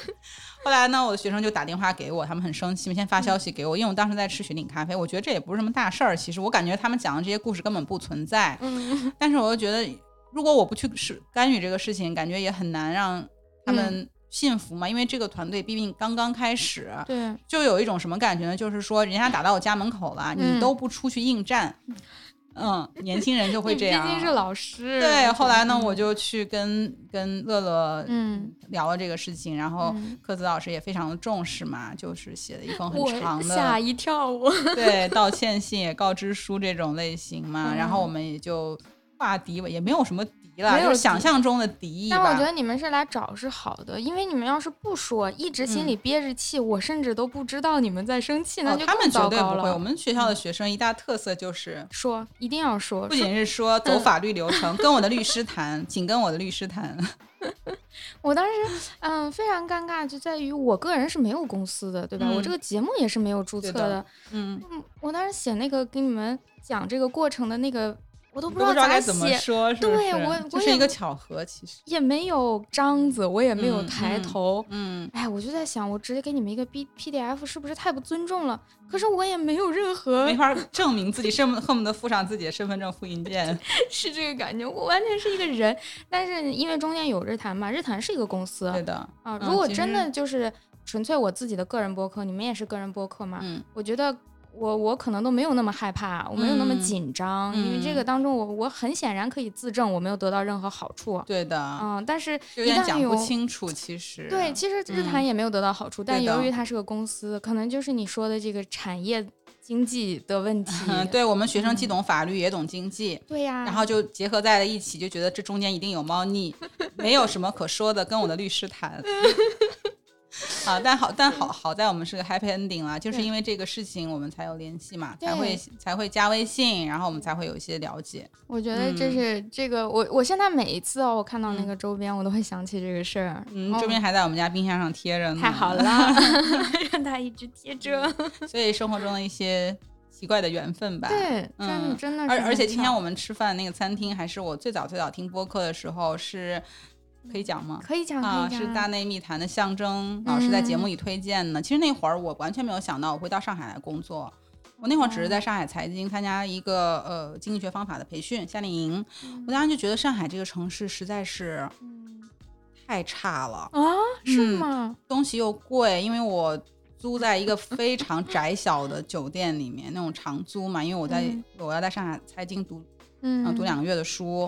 后来呢，我的学生就打电话给我，他们很生气，先发消息给我，因为我当时在吃雪顶咖啡，我觉得这也不是什么大事儿，其实我感觉他们讲的这些故事根本不存在，嗯，但是我又觉得，如果我不去是干预这个事情，感觉也很难让他们信服嘛，因为这个团队毕竟刚刚开始，对，就有一种什么感觉呢？就是说，人家打到我家门口了，嗯你都不出去应战，嗯，年轻人就会这样。 [LAUGHS] 毕竟是老师。对，后来呢，嗯我就去跟跟乐乐嗯聊了这个事情，然后嗯柯子老师也非常的重视嘛，就是写了一封很我长吓的一 [LAUGHS] 跳，我对道歉信、也告知书这种类型嘛，嗯然后我们也就化敌为，也没有什么敌没了，有就是敌想象中的敌意但我吧觉。得你们是来找是好的，因为你们要是不说，一直心里憋着气，我甚至都不知道你们在生气，那嗯哦就，他更们绝糟对糕不会。我了。嗯们学校的学生一大特 [LAUGHS] 色就是说一定要说，不说仅是说走法律流程，跟我的律师谈，请跟我的律师谈。我当时嗯非常尴尬，就在于我个人是没有公司的，对吧？嗯我这个节目也是没有注册对的的。 [LAUGHS] 嗯，嗯，我当时写那个给你们讲这个过程的那个，我都都不不知道知道咋该怎么写，说，是不对是我我就是也一个巧合，其实。也没有章子，我也没有嗯抬嗯头。嗯，哎，我就在想，我直接给你们一个 B P D F 是不是太不尊重了？可是我也没有任何没法证明自己，恨不恨不得附上自己的身份证复 [LAUGHS] 印件。是这个感觉，我完全是一个人。但是因为中间有日坛嘛，日坛是一个公司对的，啊。嗯如果其真实的就是纯粹我自己的个人播客，你们也是个人播客嘛，嗯，我觉得我我可能都没有那么害怕，我没有那么嗯紧张，因为这嗯个当中我我很显然可以自证我没有得到任何好处。对的，嗯，但是就有一点旦讲有不清楚，其实。对，其实日坛也没有得到好处，但对的由于它是个公司，可能就是你说的这个产业经济的问题。嗯， [LAUGHS] 对我们学生既懂法律也懂经济。对呀、然后就结合在了一起，就觉得这中间一定有猫腻，没有什么可说的，跟我的律师谈。 [LAUGHS] 啊，但好，但好，好在我们是个 happy ending 啦，就是对因为这个事情我们才有联系嘛，对才会才会加微信，然后我们才会有一些了解。我觉得这嗯是这个，我我现在每一次哦，我看到那嗯个周边，我都会想起这个事儿。嗯，哦周边还在我们家冰箱上贴着呢，太好了，让它一直贴着。所以生活中的一些奇怪的缘分吧。对，真的嗯真的是很巧。而而且今天我们吃饭那个餐厅，还是我最早最早听播客的时候是，可以讲吗？嗯可以讲，啊，可以是讲嗯大内密谈的象征老师在节目里推荐的。其实那会儿我完全没有想到我会到上海来工作，我那会儿哦只是在上海财经参加一个呃经济学方法的培训夏令营，我当时就觉得上海这个城市实在是嗯太差了，啊，是嗯吗？东西又贵，因为我。租在一个非常窄小的酒店里面，那种长租嘛，因为我在、嗯我要在上海财经读嗯，然后读两个月的书，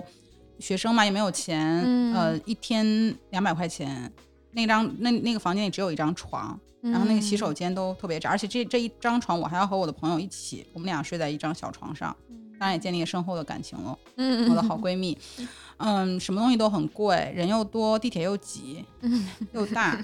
学生嘛也没有钱，嗯呃，一天两百块钱，那张那那个房间里只有一张床，嗯，然后那个洗手间都特别窄，而且这这一张床我还要和我的朋友一起，我们俩睡在一张小床上，嗯，当然也建立了深厚的感情 [LAUGHS] 了，嗯，嗯我的好，[LAUGHS] 闺蜜， [LAUGHS] 嗯，什么东西都很贵，人又多，地铁又挤，又大，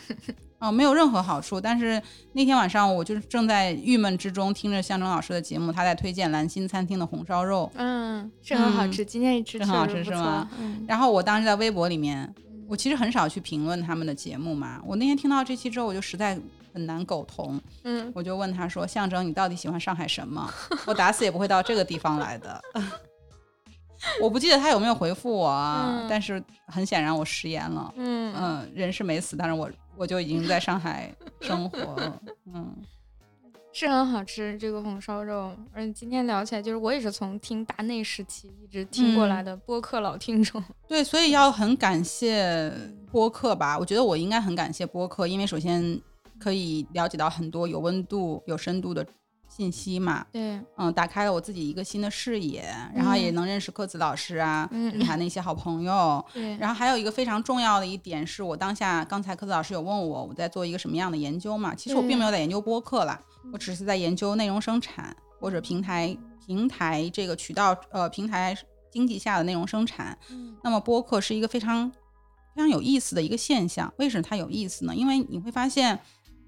啊，没有任何好处。但是那天晚上我就是正在郁闷之中，听着向征老师的节目，他在推荐兰心餐厅的红烧肉，嗯，是很好吃，今天一吃是很好得吃不是错吗？嗯，然后我当时在微博里面，我其实很少去评论他们的节目嘛。我那天听到这期之后，我就实在很难苟同，嗯，我就问他说：“象征，你到底喜欢上海什么？我打死也不会到这个地方来的。” [LAUGHS] 我不记得他有没有回复我啊，嗯但是很显然我食言了。嗯嗯，人是没死，但是我我就已经在上海生活了。嗯，是很好吃这个红烧肉，而且今天聊起来，就是我也是从听大内时期一直听过来的播客老听众。 [LAUGHS] 对，所以要很感谢播客吧。我觉得我应该很感谢播客，因为首先可以了解到很多有温度、有深度的信息嘛。对，嗯，打开了我自己一个新的视野，然后也能认识柯子老师啊，嗯你谈的一些好朋友。对，然后还有一个非常重要的一点是，我当下刚才柯子老师有问我，我在做一个什么样的研究嘛？其实我并没有在研究播客啦，我只是在研究内容生产或者平台平台这个渠道呃平台经济下的内容生产。那么播客是一个非常非常有意思的一个现象。为什么它有意思呢？因为你会发现，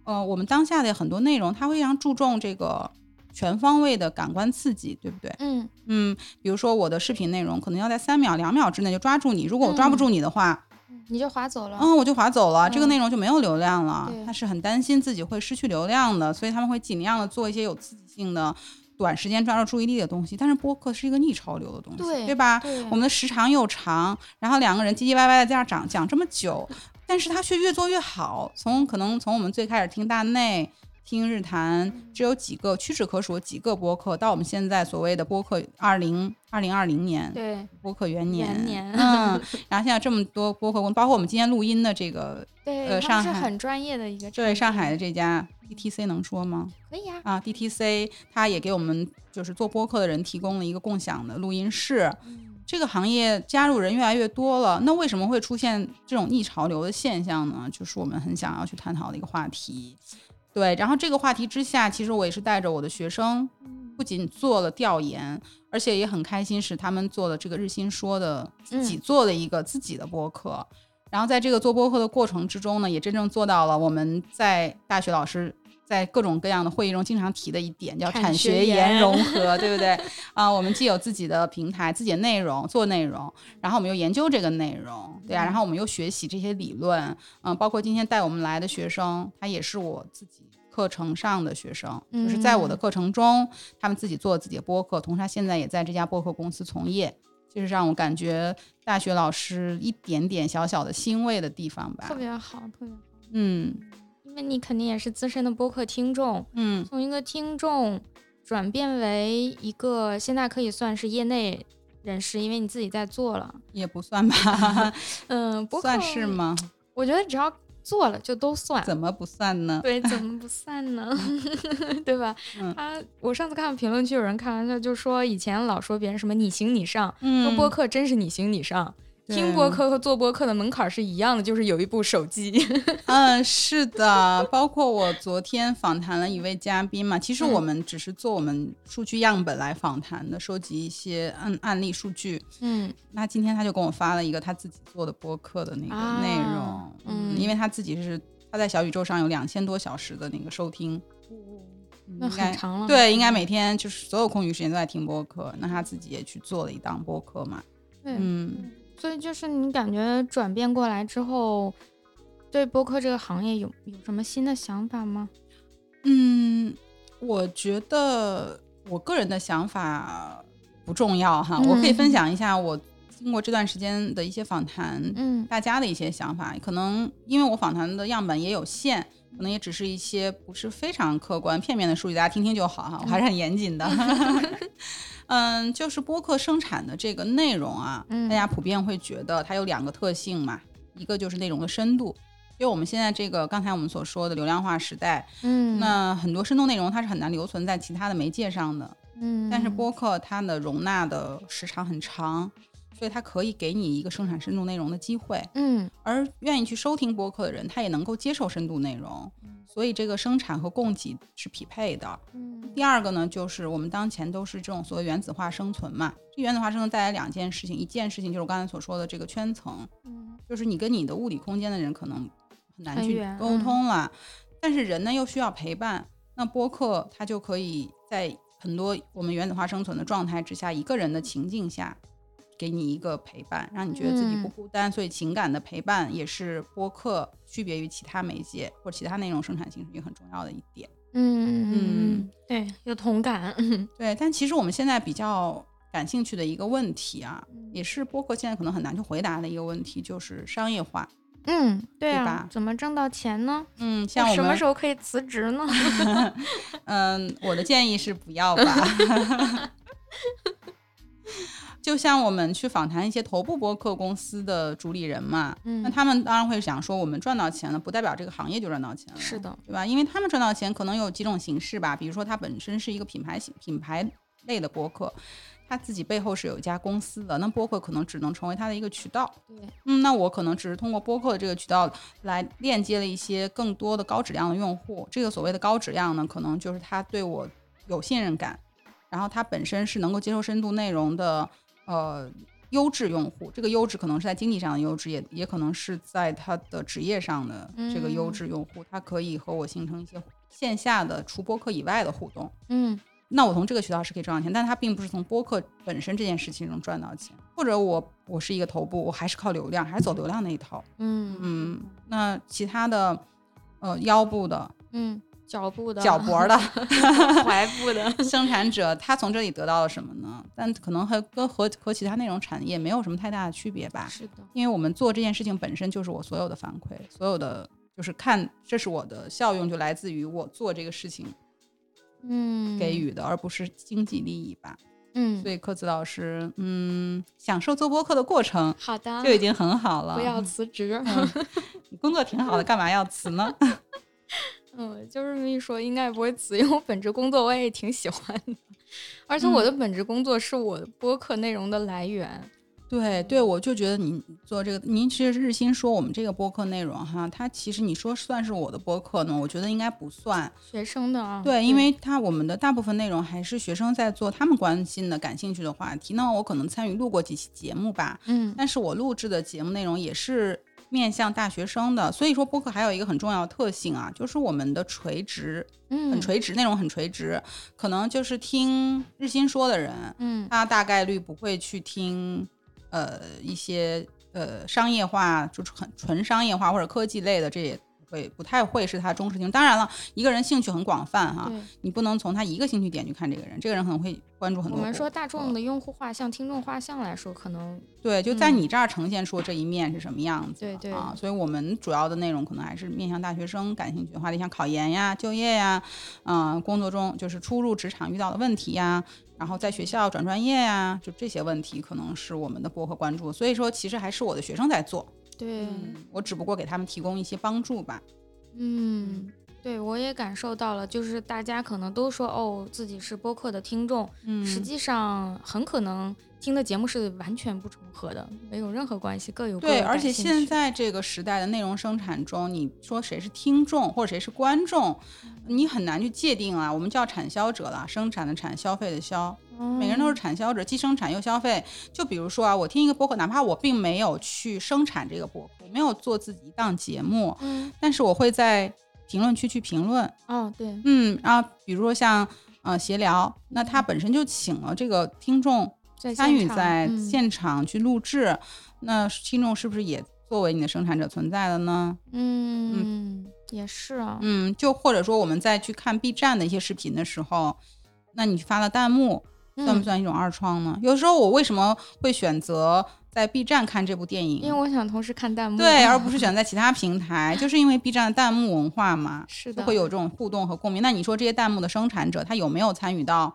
呃，我们当下的很多内容，它会非常注重这个全方位的感官刺激，对不对？嗯嗯，比如说我的视频内容可能要在三秒、两秒之内就抓住你，如果我抓不住你的话，你就划走了。嗯，我就划走了，这个嗯内容就没有流量了对。他是很担心自己会失去流量的，所以他们会尽量的做一些有刺激性的。短时间抓住注意力的东西，但是播客是一个逆潮流的东西，对吧？对，啊我们的时长又长，然后两个人唧唧歪歪的在那讲讲这么久，但是他却越做越好。从可能从我们最开始听大内、听日坛，嗯只有几个屈指可数的几个播客，到我们现在所谓的播客二零二零二零年对播客元年，元年嗯，然后现在这么多播客公司，包括我们今天录音的这个 [LAUGHS] 对，呃他们上是海很专业的一个产对品上海的这家 DTC 能说吗？可以啊，啊，DTC，它也给我们就是做播客的人提供了一个共享的录音室。这个行业加入人越来越多了，那为什么会出现这种逆潮流的现象呢？就是我们很想要去探讨的一个话题。对，然后这个话题之下，其实我也是带着我的学生，不仅做了调研，而且也很开心是他们做了这个日新说的自嗯己做的一个自己的播客。然后在这个做播客的过程之中呢，也真正做到了我们在大学老师在各种各样的会议中经常提的一点，叫产产学学研研融合，对不对？ [LAUGHS] 啊、我们既有自己的平台、自己的内容做内容，然后我们又研究这个内容，对嗯啊，然后我们又学习这些理论，嗯、包括今天带我们来的学生，他也是我自己课程上的学生，嗯就是在我的课程中，他们自己做自己的播客，同时他现在也在这家播客公司从业，就是让我感觉大学老师一点点小小的欣慰的地方吧特。别好，特别好。嗯因为你肯定也是资深的播客听众，嗯，从一个听众转变为一个现在可以算是业内人士，因为你自己在做了。也不算吧，嗯，啊播客 [LAUGHS] 算是吗？我觉得只要做了就都算。怎么不算 [LAUGHS] 呢？对，怎么不散呢？ [LAUGHS] 对吧？嗯他，我上次看评论区有人开玩笑就说，以前老说别人什么你行你上，嗯说播客真是你行你上，听播客和做播客的门槛是一样的，就是有一部手机。 [LAUGHS] [LAUGHS] 嗯，是的，包括我昨天访谈了一位嘉宾嘛，其实嗯我们只是做我们数据样本来访谈的，收集一些案案例数据。嗯那今天他就跟我发了一个他自己做的播客的那啊个内容，嗯因为他自己是他在小宇宙上有两千多小时的那个收听，嗯那应该很长啊嗯了对，应该每天就是所有空余时间都在听播客。那他自己也去做了一档播客嘛，对，嗯，所以就是你感觉转变过来之后，对播客这个行业有有什么新的想法吗？嗯，我觉得我个人的想法不重要哈，嗯我可以分享一下我经过这段时间的一些访谈，嗯大家的一些想法。可能因为我访谈的样本也有限，可能也只是一些不是非常客观、片面的数据，大家听听就好哈。我还是很严谨的。 [LAUGHS] 嗯，就是播客生产的这个内容啊，嗯大家普遍会觉得它有两个特性嘛，一个就是内容的深度。因为我们现在这个刚才我们所说的流量化时代，嗯，那很多深度内容它是很难留存在其他的媒介上的，嗯，但是播客它的容纳的时长很长，所以它可以给你一个生产深度内容的机会。嗯而愿意去收听播客的人，他也能够接受深度内容，所以这个生产和供给是匹配的。嗯第二个呢，就是我们当前都是这种所谓原子化生存嘛，这原子化生存带来两件事情，一件事情就是我刚才所说的这个圈层，嗯就是你跟你的物理空间的人可能很难很去远沟嗯通了。但是人呢又需要陪伴，那播客它就可以在很多我们原子化生存的状态之下，一个人的情境下，给你一个陪伴，让你觉得自己不嗯孤单。所以情感的陪伴也是播客区别于其他媒介或者其他内容生产形式一个很重要的一点。嗯嗯嗯，对，有同感。对，但其实我们现在比较感兴趣的一个问题啊，嗯也是播客现在可能很难去回答的一个问题，就是商业化。嗯，对对啊吧，怎么挣到钱呢？嗯，像我哦什么们时，候可以辞职呢？嗯，我的建议是不要吧。 [LAUGHS] 就像我们去访谈一些头部播客公司的主理人嘛，嗯那他们当然会想说，我们赚到钱了，不代表这个行业就赚到钱了， [LAUGHS] 是的，对吧？因为他们赚到钱可能有几种形式吧，比如说它本身是一个品牌型品牌类的播客，它自己背后是有一家公司的，那播客可能只能成为它的一个渠道。对，嗯，那我可能只是通过播客这个渠道来链接了一些更多的高质量的用户。这个所谓的高质量呢，可能就是他对我有信任感，然后他本身是能够接受深度内容的，呃。优质用户，这个优质可能是在经济上的优质，也也可能是在他的职业上的这个优嗯质用户，他可以和我形成一些线下的除播客以外的互动。 [LAUGHS] 嗯那我从这个渠道是可以赚到钱，但它并不是从播客本身这件事情中赚到钱。或者我我是一个头部，我还是靠流量，还是走流量那一套。嗯嗯，那其他的，呃，腰部的、嗯，脚步的， [LAUGHS] 脚 [LAUGHS] 脖的怀部的，生产者，他从这里得到了什么呢？但可能和跟和和其他内容产业没有什么太大的区别吧，是的，因为我们做这件事情本身就是我所有的反馈，所有的就是看这是我的效用，就来自于我做这个事情嗯，给，予的，而不是经济利益吧。嗯所，以柯子老师，嗯，享受做播客的过程好的，就已嗯经很好了。不要辞职。你工作挺好的，干嘛要辞呢？ [LAUGHS] 嗯，就是这么一说，应该也不会辞，因为我本职工作我也挺喜欢的，而且我的本职工作是我播客内容的来源。对对，我就觉得您做这个，您其实日新说我们这个播客内容哈，它其实你说算是我的播客呢，我觉得应该不算。学生的啊，对，因为它我们的大部分内容还是学生在做他们关心的、感兴趣的话题。那我可能参与录过几期节目吧，嗯但是我录制的节目内容也是面向大学生的，所以说播客还有一个很重要的特性啊，就是我们的垂直嗯，很垂直，内容很垂直，可能就是听日新说的人，嗯，他大概率不会去听呃一些呃商业化，就是很纯商业化或者科技类的，这也不会不太会是他忠实听。当然了，一个人兴趣很广泛哈，对，你不能从他一个兴趣点去看这个人，这个人可能会关注很我多。们说大众的用户画像、听众画像来说，可能对，就在嗯你这儿呈现出这一面是什么样子、对对啊，所以我们主要的内容可能还是面向大学生感兴趣的话题，像考研呀、就业呀，嗯、工作中就是初入职场遇到的问题呀，然后在学校转专业呀，就这些问题可能是我们的博客关注。所以说，其实还是我的学生在做，对，嗯，我只不过给他们提供一些帮助吧。嗯，对我也感受到了，就是大家可能都说哦，自己是播客的听众，嗯实际上很可能听的节目是完全不重合的，没有任何关系，各有各对，的而感且兴现趣在这个时代的内容生产中，你说谁是听众或者谁是观众，你很难去界定啊。我们叫产销者了，生产的产，消费的消，哦每个人都是产销者，既生产又消费。就比如说啊，我听一个播客，哪怕我并没有去生产这个播客，我没有做自己一档节目，嗯但是我会在评论区去评论，哦对嗯啊，比如说像呃闲聊，那嗯他本身就请了这个听众在参现与场在嗯现场去录制，那听众是不是也作为你的生产者存在了呢？嗯也是啊嗯，就或者说我们在去看 B 站的一些视频的时候，那你发了弹幕，算不嗯算一种二创呢？有时候我为什么会选择在 B 站看这部电因影为？我想同时看弹幕对，而不是选择在其他平台，就是因为 B 站的弹幕文化嘛， [LAUGHS] 是就的会有这种互动和共鸣。那你说这些弹幕的生产者，他有没有参与到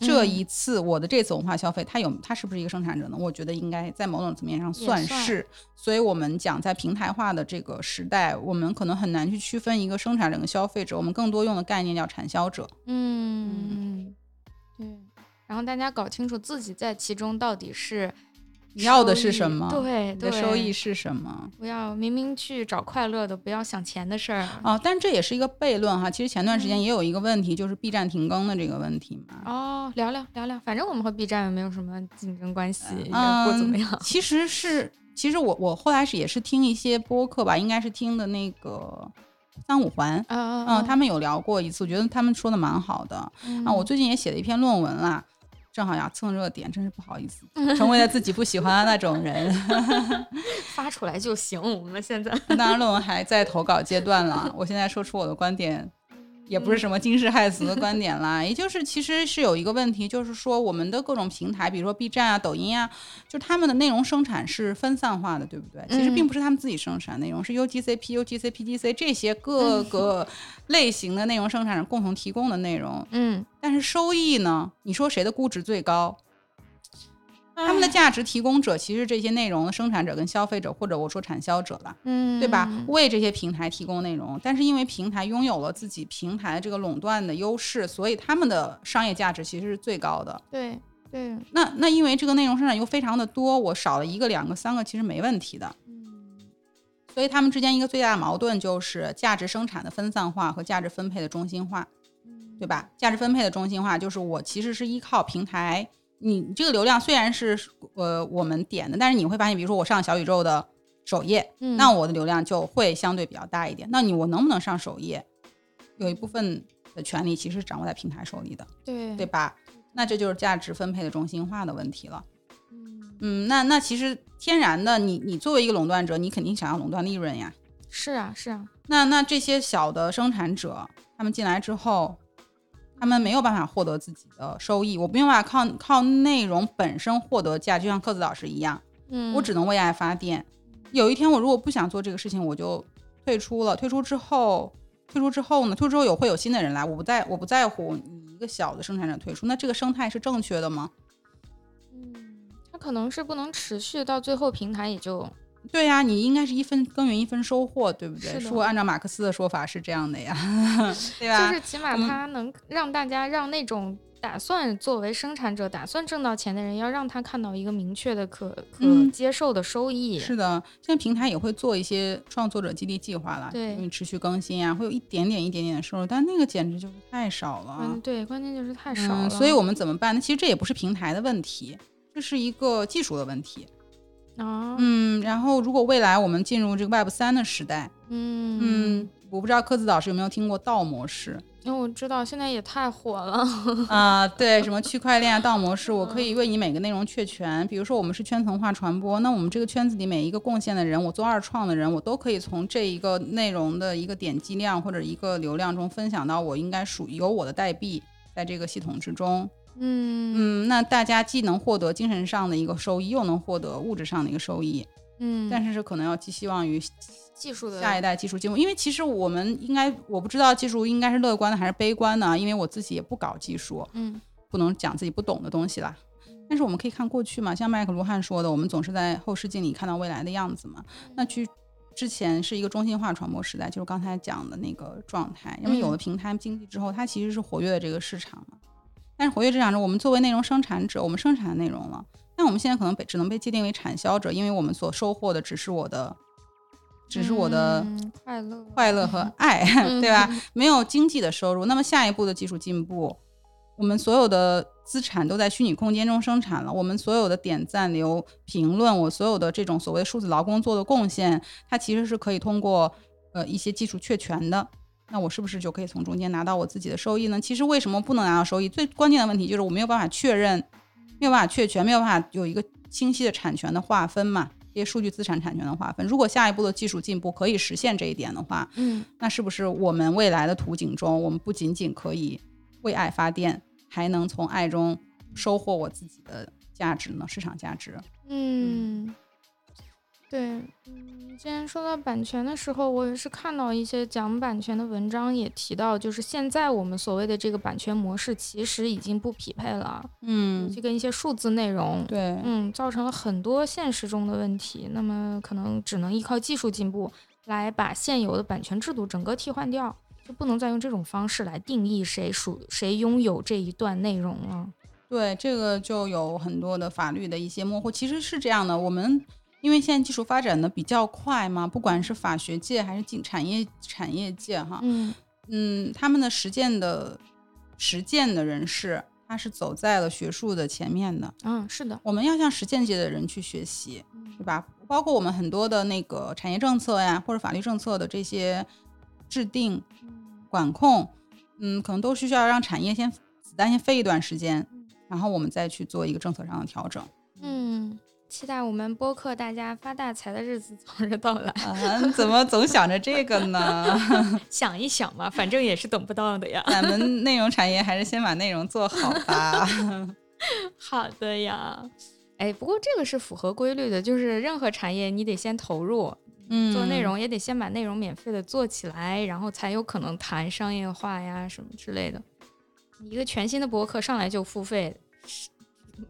嗯这一次我的这次文化消费？他有，他是不是一个生产者呢？我觉得应该在某种层面上也算算是。所以我们讲，在平台化的这个时代，我们可能很难去区分一个生产者跟消费者，我们更多用的概念叫产销者。嗯嗯对，然后大家搞清楚自己在其中到底是你要的收是什益么对你对的收益是什么？不要明明去找快乐的，不要想钱的事儿。啊，但这也是一个悖论哈。其实前段嗯时间也有一个问题，就是 B 站停更的这个问题嘛。哦，聊聊聊聊，反正我们和 B 站也没有什么竞争关系，也嗯，不怎么样。 [LAUGHS] 其实是其实我我后来是也是听一些播客吧，应该是听的那个三五环，啊嗯、啊他们有聊过一次，我觉得他们说的蛮好的。嗯啊，我最近也写了一篇论文啦，正好要蹭热点，真是不好意思，成为了自己不喜欢的那种人。发出来就行。我们现在当然，论文还在投稿阶段了，我现在说出我的观点。也不是什么惊世骇俗的观点啦，也就是其实是有一个问题，就是说我们的各种平台，比如说 B 站啊、抖音啊，就他们的内容生产是分散化的，对不对？其实并不是他们自己生产内容，是 UGC、PUGC、PGC 这些各个类型的内容生产者共同提供的内容，嗯，但是收益呢？你说谁的估值最高？嗯他们的价值提供者其实是这些内容的生产者跟消费者，或者我说产销者啦，嗯，对吧？为这些平台提供内容，但是因为平台拥有了自己平台这个垄断的优势，所以他们的商业价值其实是最高的。对对，那那因为这个内容生产又非常的多，我少了一个、两个、三个其实没问题的。嗯所以他们之间一个最大的矛盾就是价值生产的分散化和价值分配的中心化。对吧？价值分配的中心化就是我其实是依靠平台，你这个流量虽然是呃我们点的，但是你会发现，比如说我上小宇宙的首页，嗯那我的流量就会相对比较大一点。那你我能不能上首页，有一部分的权利其实掌握在平台手里的，对对吧？那这就是价值分配的中心化的问题了。嗯嗯，那那其实天然的，你你作为一个垄断者，你肯定想要垄断利润呀。是啊是啊，那那这些小的生产者，他们进来之后，他们没有办法获得自己的收益，我没有办法靠靠内容本身获得价值，就像克子老师一样，嗯，我只能为爱发电。有一天我如果不想做这个事情，我就退出了。退出之后，退出之后呢？退出之后有会有新的人来，我不在我不在乎你一个小的生产者退出，那这个生态是正确的吗？嗯，它可能是不能持续到最后，平台也就对呀、你应该是一分耕耘一分收获，对不对？是的说按照马克思的说法是这样的 [LAUGHS] 呀，对吧？就是起码我们它能让大家让那种打算作为生产者、打算挣到钱的人，要让他看到一个明确的可可嗯接受的收益。是的，现在平台也会做一些创作者激励计划了，对因为持续更新啊，会有一点点、一点点的收入，但那个简直就是太少了，嗯，对，关键就是太少了。啊嗯，所以我们怎么办呢？其实这也不是平台的问题，这是一个技术的问题。啊，嗯，然后如果未来我们进入这个 Web 三的时代，嗯嗯，我不知道科子老师有没有听过道模式因为我知道现在也太火 [LAUGHS] 了。啊、对，什么区块链啊、道模式，我可以为你每个内容确权。比如说我们是圈层化传播，那我们这个圈子里每一个贡献的人，我做二创的人，我都可以从这一个内容的一个点击量或者一个流量中分享到我应该属有我的代币在这个系统之中。嗯嗯，那大家既能获得精神上的一个收益，又能获得物质上的一个收益，嗯，但是是可能要寄希望于技术的下一代技术进步，因为其实我们应该，我不知道技术应该是乐观的还是悲观的啊，因为我自己也不搞技术，嗯不能讲自己不懂的东西啦。但是我们可以看过去嘛，像麦克卢汉说的，我们总是在后视镜里看到未来的样子嘛。那去之前是一个中心化传播时代，就是刚才讲的那个状态。因为有了平台经济之后，它其实是活跃的这个市场嘛。但是活跃市场中，我们作为内容生产者，我们生产内容了，但我们现在可能被只能被界定为产销者，因为我们所收获的只是我的，只是我的。嗯快乐快乐和爱，对吧？没有经济的收入，那么下一步的技术进步，我们所有的资产都在虚拟空间中生产了，我们所有的点赞、留评论，我所有的这种所谓数字劳工做的贡献，它其实是可以通过呃一些技术确权的。那我是不是就可以从中间拿到我自己的收益呢？其实为什么不能拿到收益？最关键的问题就是我没有办法确认，没有办法确权，没有办法有一个清晰的产权的划分嘛，这些数据资产产权的划分。如果下一步的技术进步可以实现这一点的话，嗯那是不是我们未来的图景中，我们不仅仅可以为爱发电，还能从爱中收获我自己的价值呢？市场价值？嗯，对，嗯，之前说到版权的时候，我也是看到一些讲版权的文章，也提到，就是现在我们所谓的这个版权模式，其实已经不匹配了，嗯就，跟一些数字内容。对，嗯，造成了很多现实中的问题，那么可能只能依靠技术进步来把现有的版权制度整个替换掉，就不能再用这种方式来定义谁属谁拥有这一段内容了。对，这个就有很多的法律的一些模糊。其实是这样的，我们因为现在技术发展的比较快嘛，不管是法学界还是进产业产业界哈，嗯嗯，他们的实践的实践的人士，他是走在了学术的前面的。嗯，是的，我们要向实践界的人去学习，嗯是吧？包括我们很多的那个产业政策呀，或者法律政策的这些制定、嗯管控，嗯，可能都是需要让产业先子弹先飞一段时间，然后我们再去做一个政策上的调整。嗯，期待我们播客大家发大财的日子早日到来。 [LAUGHS] 嗯，怎么总想着这个呢？ [LAUGHS] 想一想嘛，反正也是等不到 [LAUGHS] 的呀。咱们内容产业还是先把内容做好吧。好的呀，哎，不过这个是符合规律的，就是任何产业你得先投入，[LAUGHS] 嗯，做内容也得先把内容免费的做起来，然后才有可能谈商业化呀什么之类的。一个全新的博客上来就付费，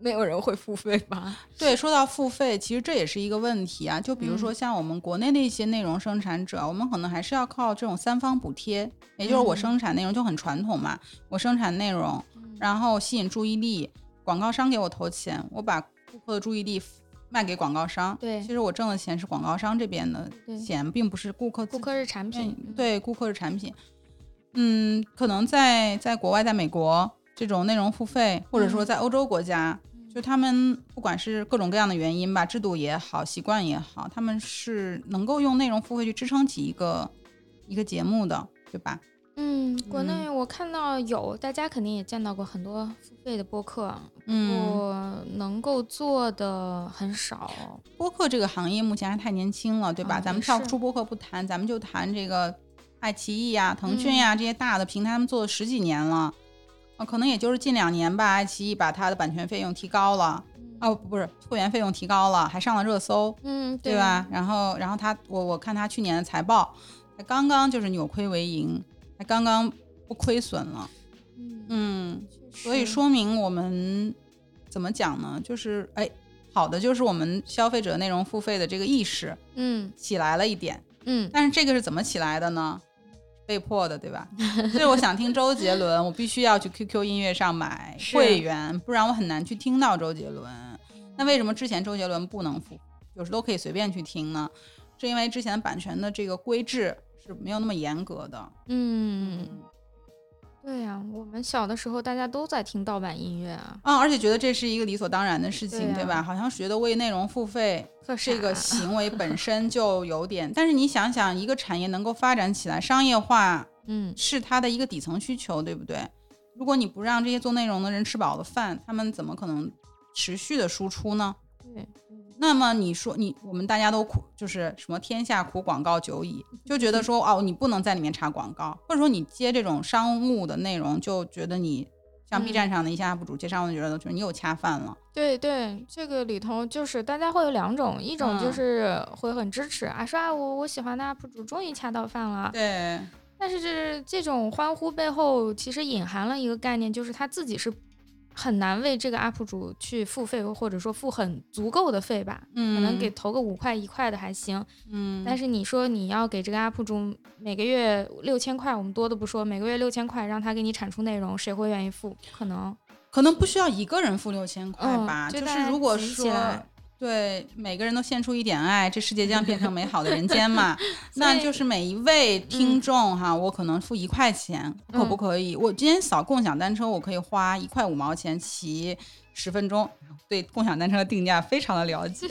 没有人会付费吧？对，说到付费，其实这也是一个问题啊。就比如说嗯像我们国内的一些内容生产者，我们可能还是要靠这种三方补贴，也就是嗯我生产内容就很传统嘛，我生产内容，然后吸引注意力，广告商给我投钱，我把顾客的注意力卖给广告商。 [LAUGHS] 对其实我挣的钱是广告商这边的对钱，并不是顾客自顾己客是产品，嗯对顾客是产品。嗯，可能在在国外，在美国这种内容付费，或者说在欧洲国家，就他们不管是各种各样的原因吧，制度也好，习惯也好，他们是能够用内容付费去支撑起一个一个节目的，对吧？嗯，国内我看到有，大家肯定也见到过很多付费的播客，啊嗯，我能够做的很少。播客这个行业目前还太年轻了，对吧？啊咱们也跳是出播客不谈，咱们就谈这个爱奇艺呀、腾嗯讯呀、这些大的平台，他们做了十几年了。啊，可能也就是近两年吧，爱奇艺把它的版权费用提高了，哦，不是会员费用提高了，还上了热搜，嗯，对吧？？然后，然后他，我我看他去年的财报，他刚刚就是扭亏为盈，他刚刚不亏损了，嗯，嗯，所确以实说明我们怎么讲呢？就是哎，好的就是我们消费者内容付费的这个意识嗯起来了一点，嗯，但是这个是怎么起来的呢？被迫的，对吧？所以我想听周杰伦，我必须要去 QQ 音乐上买是会员，不然我很难去听到周杰伦。那为什么之前周杰伦不能付，有时都可以随便去听呢？是因为之前版权的这个规制是没有那么严格的。嗯，对呀、我们小的时候大家都在听盗版音乐啊，啊，而且觉得这是一个理所当然的事情，对对啊吧？好像觉得为内容付费特这 [LAUGHS] 个傻行为本身就有点，但是你想想，一个产业能够发展起来，商业化嗯是它的一个底层需求，对不对？如果你不让这些做内容的人吃饱了饭，他们怎么可能持续的输出呢？对，嗯那么你说你我们大家都苦，就是什么天下苦广告久矣，就觉得说哦，你不能在里面插广告，或者说你接这种商务的内容，就觉得你像 B 嗯站上的一些 UP 主接商务，觉得就是你又恰饭了。对对，这个里头就是大家会有两种，一种就嗯是会很支持啊，说啊我我喜欢的 UP 主终于恰到饭了，对，但是这这种欢呼背后其实隐含了一个概念，就是他自己是很难为这个 UP 主去付费，或者说付很足够的费吧，嗯，可能给投个五块一块的还行，嗯，但是你说你要给这个 UP 主每个月六千块，我们多的不说，每个月六千块让他给你产出内容，谁会愿意付？可能，可能不需要一个人付六千块嗯吧，就大是家如果集起说来对每个人都献出一点爱，这世界将变成美好的人间 [LAUGHS] 嘛。那以就是每一位听众哈，我可能付一块钱，可不嗯可以？我今天扫共享单车，我可以花一块五毛钱骑十分钟。对共享单车的定价非常的了解，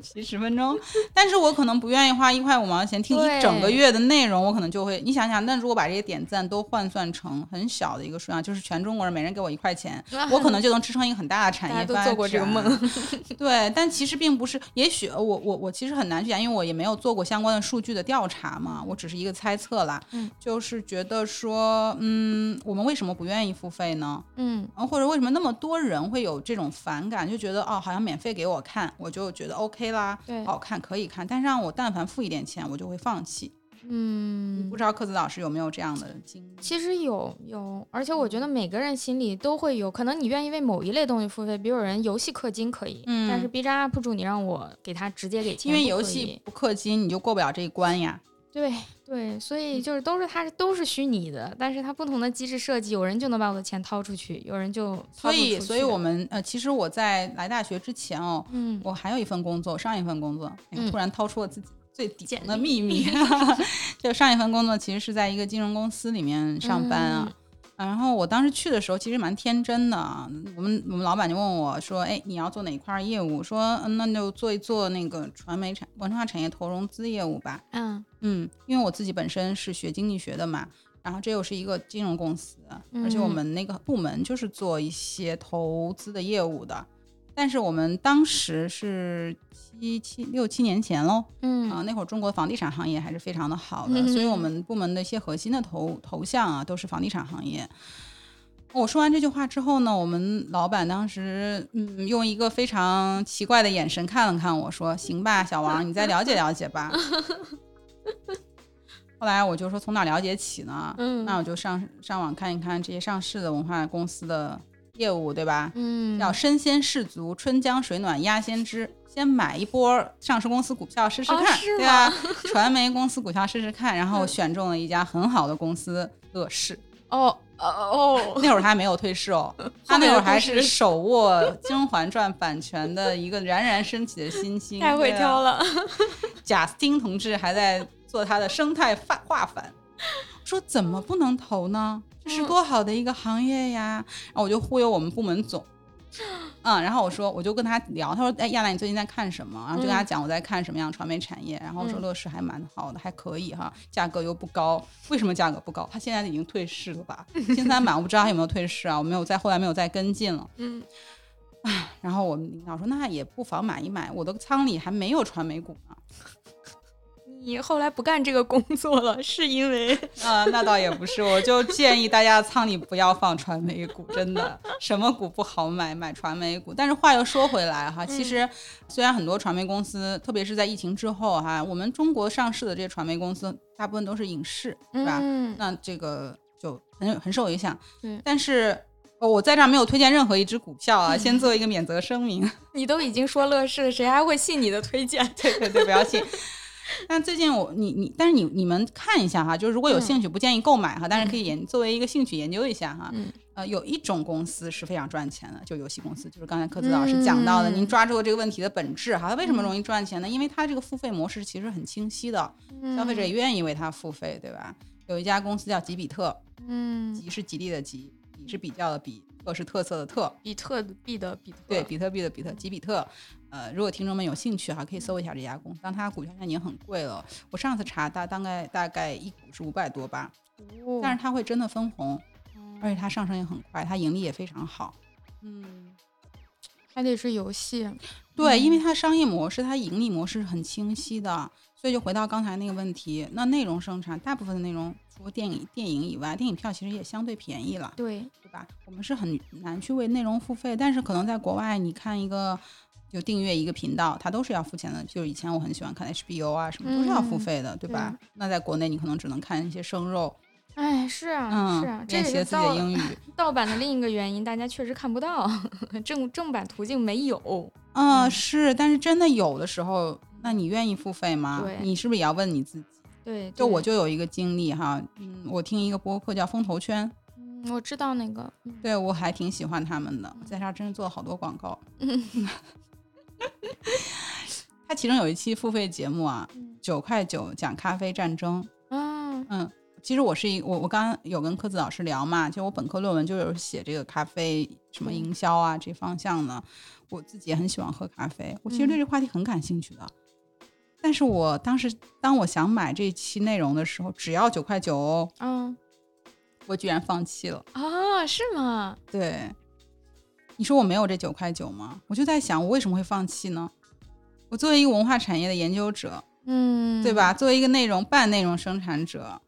骑十分钟，但是我可能不愿意花一块五毛钱听一整个对月的内容，我可能就会，你想想，那如果把这些点赞都换算成很小的一个数量，就是全中国人每人给我一块钱，我可能就能支撑一个很大的产大业家都发做过这个展梦。 [LAUGHS] 对，但其实并不是，也许呃我我我其实很难去讲，因为我也没有做过相关的数据的调查嘛，我只是一个猜测啦。嗯，就是觉得说，嗯，我们为什么不愿意付费呢？嗯嗯，或者为什么那么多人会有这种反感，就觉得哦，好像免费给我看，我就觉得 OK 啦，对好看可以看，但是让我但凡付一点钱，我就会放弃。嗯不，知道克子老师有没有这样的经历？其实有有，而且我觉得每个人心里都会有，可能你愿意为某一类东西付费，比如有人游戏氪金可以，但是嗯 B 站 UP 主你让我给他直接给钱因不可以，为游戏不氪金，你就过不了这一关呀。对对，所以嗯就是都是它都是虚拟的，但是它不同的机制设计，有人就能把我的钱掏出去，有人就掏所不以，出所以去我们呃，其实我在来大学之前哦，嗯我还有一份工作，上一份工作，哎呀嗯突然掏出了自己最底层的简秘密，就上一份工作其实是在一个金融公司里面上班啊。啊然后我当时去的时候其实蛮天真的啊，我们我们老板就问我说：“哎，你要做哪块儿业务？”说：“嗯，那就做一做那个传媒产文化产业投融资业务吧。嗯”嗯，因为我自己本身是学经济学的嘛，然后这又是一个金融公司，而且我们那个部门就是做一些投资的业务的。但是我们当时是七七六七年前喽，嗯啊，那会儿中国房地产行业还是非常的好的，嗯所以我们部门的一些核心的头头项啊，都是房地产行业。我说完这句话之后呢，我们老板当时嗯，用一个非常奇怪的眼神看了看我说：“行吧，小王，你再了解了解 [LAUGHS] 吧。”后来我就说从哪了解起呢？嗯那我就上上网看一看这些上市的文化公司的业务，对吧？嗯叫身先士卒，春江水暖鸭先知。先买一波上市公司股票试试看，哦是嗯对吧？传媒公司股票试试看，然后选中了一家很好的公司 [LAUGHS] 乐视。哦呃哦哦，那会儿他还没有退市嗯哦，他那会儿还是手握 [LAUGHS] 《甄嬛传》版权的一个冉冉升起的新星。太会对啊挑了，贾斯汀同志还在做他的生态发化反，说怎么不能投呢？这是多好的一个行业呀！然后我就忽悠我们部门总，嗯，然后我说我就跟他聊，他说哎亚楠你最近在看什么？然后就跟他讲我在看什么样的传媒产业，然后我说嗯乐视还蛮好的，还可以哈，价格又不高。为什么价格不高？他现在已经退市了吧？新三板我不知道他有没有退市啊，我没有再后来没有再跟进了。嗯然后我们领导说那也不妨买一买，我的仓里还没有传媒股呢。你后来不干这个工作了，是因为 [LAUGHS] 啊、那倒也不是，我就建议大家仓里不要放传媒股，真的，什么股不好买，买传媒股。但是话又说回来哈，嗯其实虽然很多传媒公司，特别是在疫情之后哈，我们中国上市的这些传媒公司，大部分都是影视，是吧？嗯那这个就很很受影响。对但是。呃我在这儿没有推荐任何一只股 [LAUGHS] 票啊，先做一个免责声明。你都已经说乐视，谁还会信你的推 [LAUGHS] 荐？对对对，不要信。但最近我你你，但是你你们看一下哈，就是如果有兴趣，不建议购买哈，但是可以研作为一个兴趣研究一下哈。嗯呃，有一种公司是非常赚钱的，就游戏公司，就是刚才柯子老嗯师讲到的，您抓住了这个问题的本质哈。它为什么容易赚钱呢？因为它这个付费模式其实很清晰的，嗯消费者也愿意为它付费，对吧？有一家公司叫吉比特，嗯，吉是吉利的吉，比是比较的比，特是特色的特，比特币的比特，对，比特币的比特吉比特。呃，如果听众们有兴趣哈，可以搜一下这家公司，但它股票现在已经很贵了。我上次查，大大概大概一股是五百多吧，哦但是它会真的分红，而且它上升也很快，它盈利也非常好。嗯，还得是游戏，对，因为嗯它商业模式、它盈利模式是很清晰的，所以就回到刚才那个问题，那内容生产大部分的内容，除了电影电影以外，电影票其实也相对便宜了。对，对吧？我们是很难去为内容付费，但是可能在国外，你看一个就订阅一个频道，它都是要付钱的。就是以前我很喜欢看 HBO 啊，什么都是要付嗯费的，对吧？那在国内你可能只能看一些生肉，哎，是啊，是啊嗯，，这练习也是自己的盗 [LAUGHS] 英语，盗版的另一个原因，大家确实看不到，正正版途径没有。嗯、是。但是真的有的时候，那你愿意付费吗对？你是不是也要问你自己？对，就我对，就有一个经历哈，嗯，我听一个播客叫《风投圈嗯我知道那个，》，对我还挺喜欢他们的，我在这儿真是做了好多广告。嗯 [LAUGHS] 他其中有一期付费节目啊，嗯九块九讲咖啡战争。啊，嗯，其实我是一我我刚刚有跟柯子老师聊嘛，就我本科论文就有写这个咖啡什么嗯营销啊这方向呢，我自己也很喜欢喝咖啡，我其嗯实对这个话题很感兴趣的。但是我当时当我想买这期内容的时候，只要九块九哦，啊我居然放弃了。啊，是吗？对，你说我没有这九块九吗？我就在想，我为什么会放弃呢？我作为一个文化产业的研究者，嗯，对？吧？作为一个内容半内容生产者，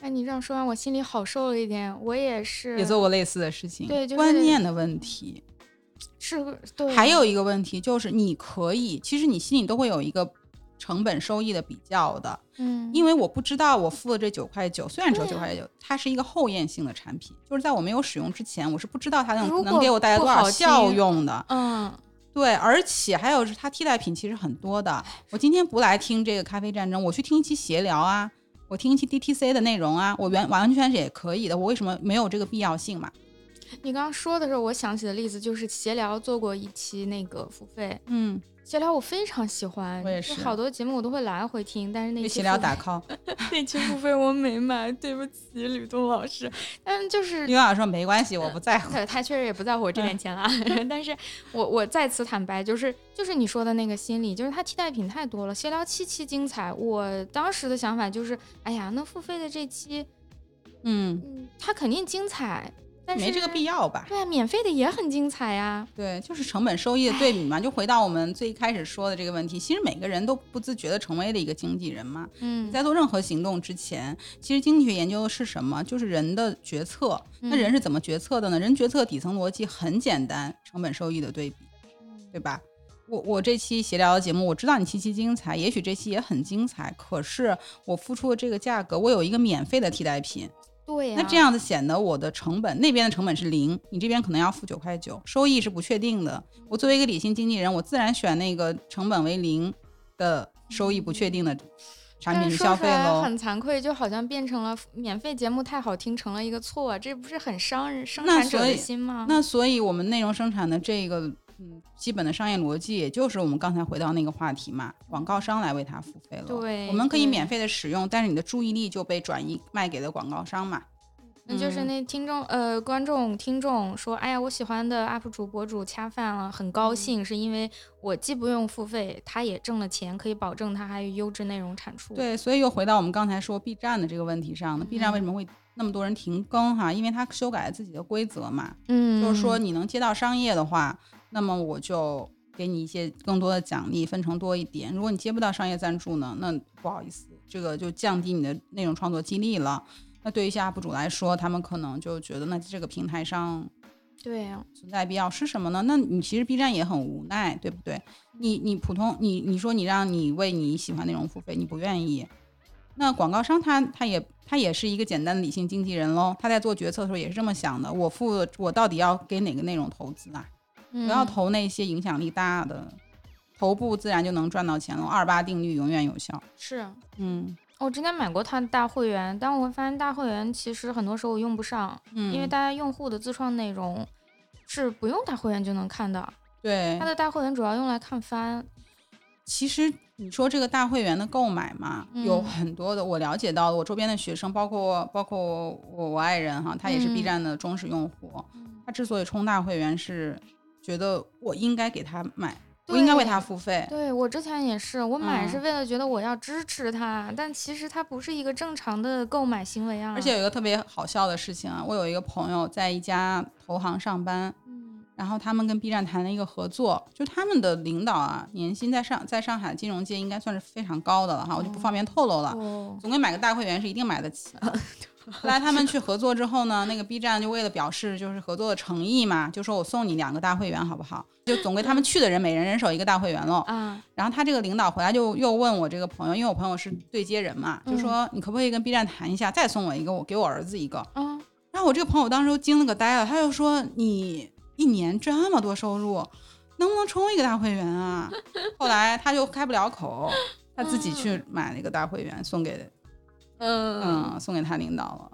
哎，你这样说完，我心里好受了一点。我也是，也做过类似的事情。对就是观念的问题。是个，对，还有一个问题就是，你可以，其实你心里都会有一个成本收益的比较的，嗯，因为我不知道我付了这九块九，虽然只有对九啊块九，它是一个后验性的产品，就是在我没有使用之前，我是不知道它如能果能给我带来不多少好效听用的。嗯，对，而且还有是它替代品其实很多的。哎我今天不来听这个咖啡战争，我去听一期闲聊啊，我听一期 DTC 的内容啊，我原完全是也可以的。我为什么没有这个必要性嘛？你刚刚说的时候，我想起的例子就是闲聊做过一期那个付费嗯，闲聊，我非常喜欢，我也就是好多节目我都会来回听，但是那为期闲聊付费打 call。 [LAUGHS] 那期付费我没买，对不起吕东老师，但就是于老师说没关系，我不在乎。他他确实也不在乎我这嗯点钱了， [LAUGHS] 但是我我再次坦白，就是就是你说的那个心理，就是它替代品太多了。闲聊七期精彩，我当时的想法就是，哎呀，那付费的这期，嗯，嗯，它肯定精彩，但是没这个必要。要吧？对啊，免费的也很精彩呀、对，就是成本收益的对比嘛，就回到我们最开始说的这个问题。其实每个人都不自觉的成为了一个经纪人嘛。嗯，在做任何行动之前，其实经济学研究的是什么？就是人的决策。那嗯人是怎么决策的呢？人决策底层逻辑很简单，成本收益的对比，嗯对吧？我我这期闲聊的节目，我知道你七期精彩，也许这期也很精彩，可是我付出的这个价格，我有一个免费的替代品，对呀、啊那这样子显得我的成本那边的成本是零，你这边可能要付九块九，收益是不确定的。我作为一个理性经纪人，我自然选那个成本为零的收益不确定的产但品去是消啊说出费来喽。很惭愧，就好像变成了免费节目太好听成了一个错，啊这不是很伤人生那产者所以的心吗？那所以我们内容生产的这个嗯基本的商业逻辑，也就是我们刚才回到那个话题嘛，广告商来为它付费了。对我们可以对免费的使用，但是你的注意力就被转移卖给了广告商嘛。那就是嗯那听众呃观众听众说，哎呀，我喜欢的 UP 主博主恰饭了，很嗯高兴，是因为我既不用付费，他也挣了钱，可以保证他还有优质内容产出。，对，所以又回到我们刚才说 B 站的这个问题上了。B 站为什么会那么多人停更哈？因为它修改了自己的规则嘛，嗯，就是说你能接到商业的话，那么我就给你一些更多的奖励，分成多一点。如果你接不到商业赞助呢，那不好意思，这个就降低你的内容创作激励了。那对于一些 UP 主来说，他们可能就觉得，那这个平台上对呀、存在必要是什么呢？那你其实 B 站也很无奈，对不对？你你普通你你说你让你为你喜欢内容付费，你不愿意，那广告商他他也他也是一个简单的理性经纪人喽，他在做决策的时候也是这么想的，我付我到底要给哪个内容投资啊？嗯，不要投那些影响力大的，头部自然就能赚到钱了。二八定律永远有效。是。嗯我之前买过他的大会员，但我发现大会员其实很多时候我用不上，嗯，因为大家用户的自创内容是不用大会员就能看的。对他的大会员主要用来看番，其实你说这个大会员的购买嘛，嗯有很多的，我了解到的，我周边的学生，包括包括我我我爱人哈，他也是嗯 B 站的忠实用户，他之所以充大会员是觉得我应该给他买，我应该为对他付费。对我之前也是，我买嗯是为了觉得我要支持他，但其实它不是一个正常的购买行为啊。而且，有一个特别好笑的事情啊，我有一个朋友在一家投行上班，嗯然后他们跟 B 站谈了一个合作，就他们的领导啊，年薪在上在上海金融界应该算是非常高的了哈，我就不方便透露了。哦，总归买个大会员是一定买得起的。后来他们去合作之后呢，那个 B 站就为了表示就是合作的诚意嘛，就说我送你两个大会员好不好？就总归他们去的人每人人手一个大会员喽。啊，然后他这个领导回来就又问我这个朋友，因为我朋友是对接人嘛，就说你可不可以跟 B 站谈一下，再送我一个，我给我儿子一个。嗯，然后我这个朋友当时就惊了个呆了，他就说你一年这么多收入，能不能充一个大会员啊？ [LAUGHS] 后来他就开不了口，他自己去买了一个大会员送给嗯，嗯，送给他领导了。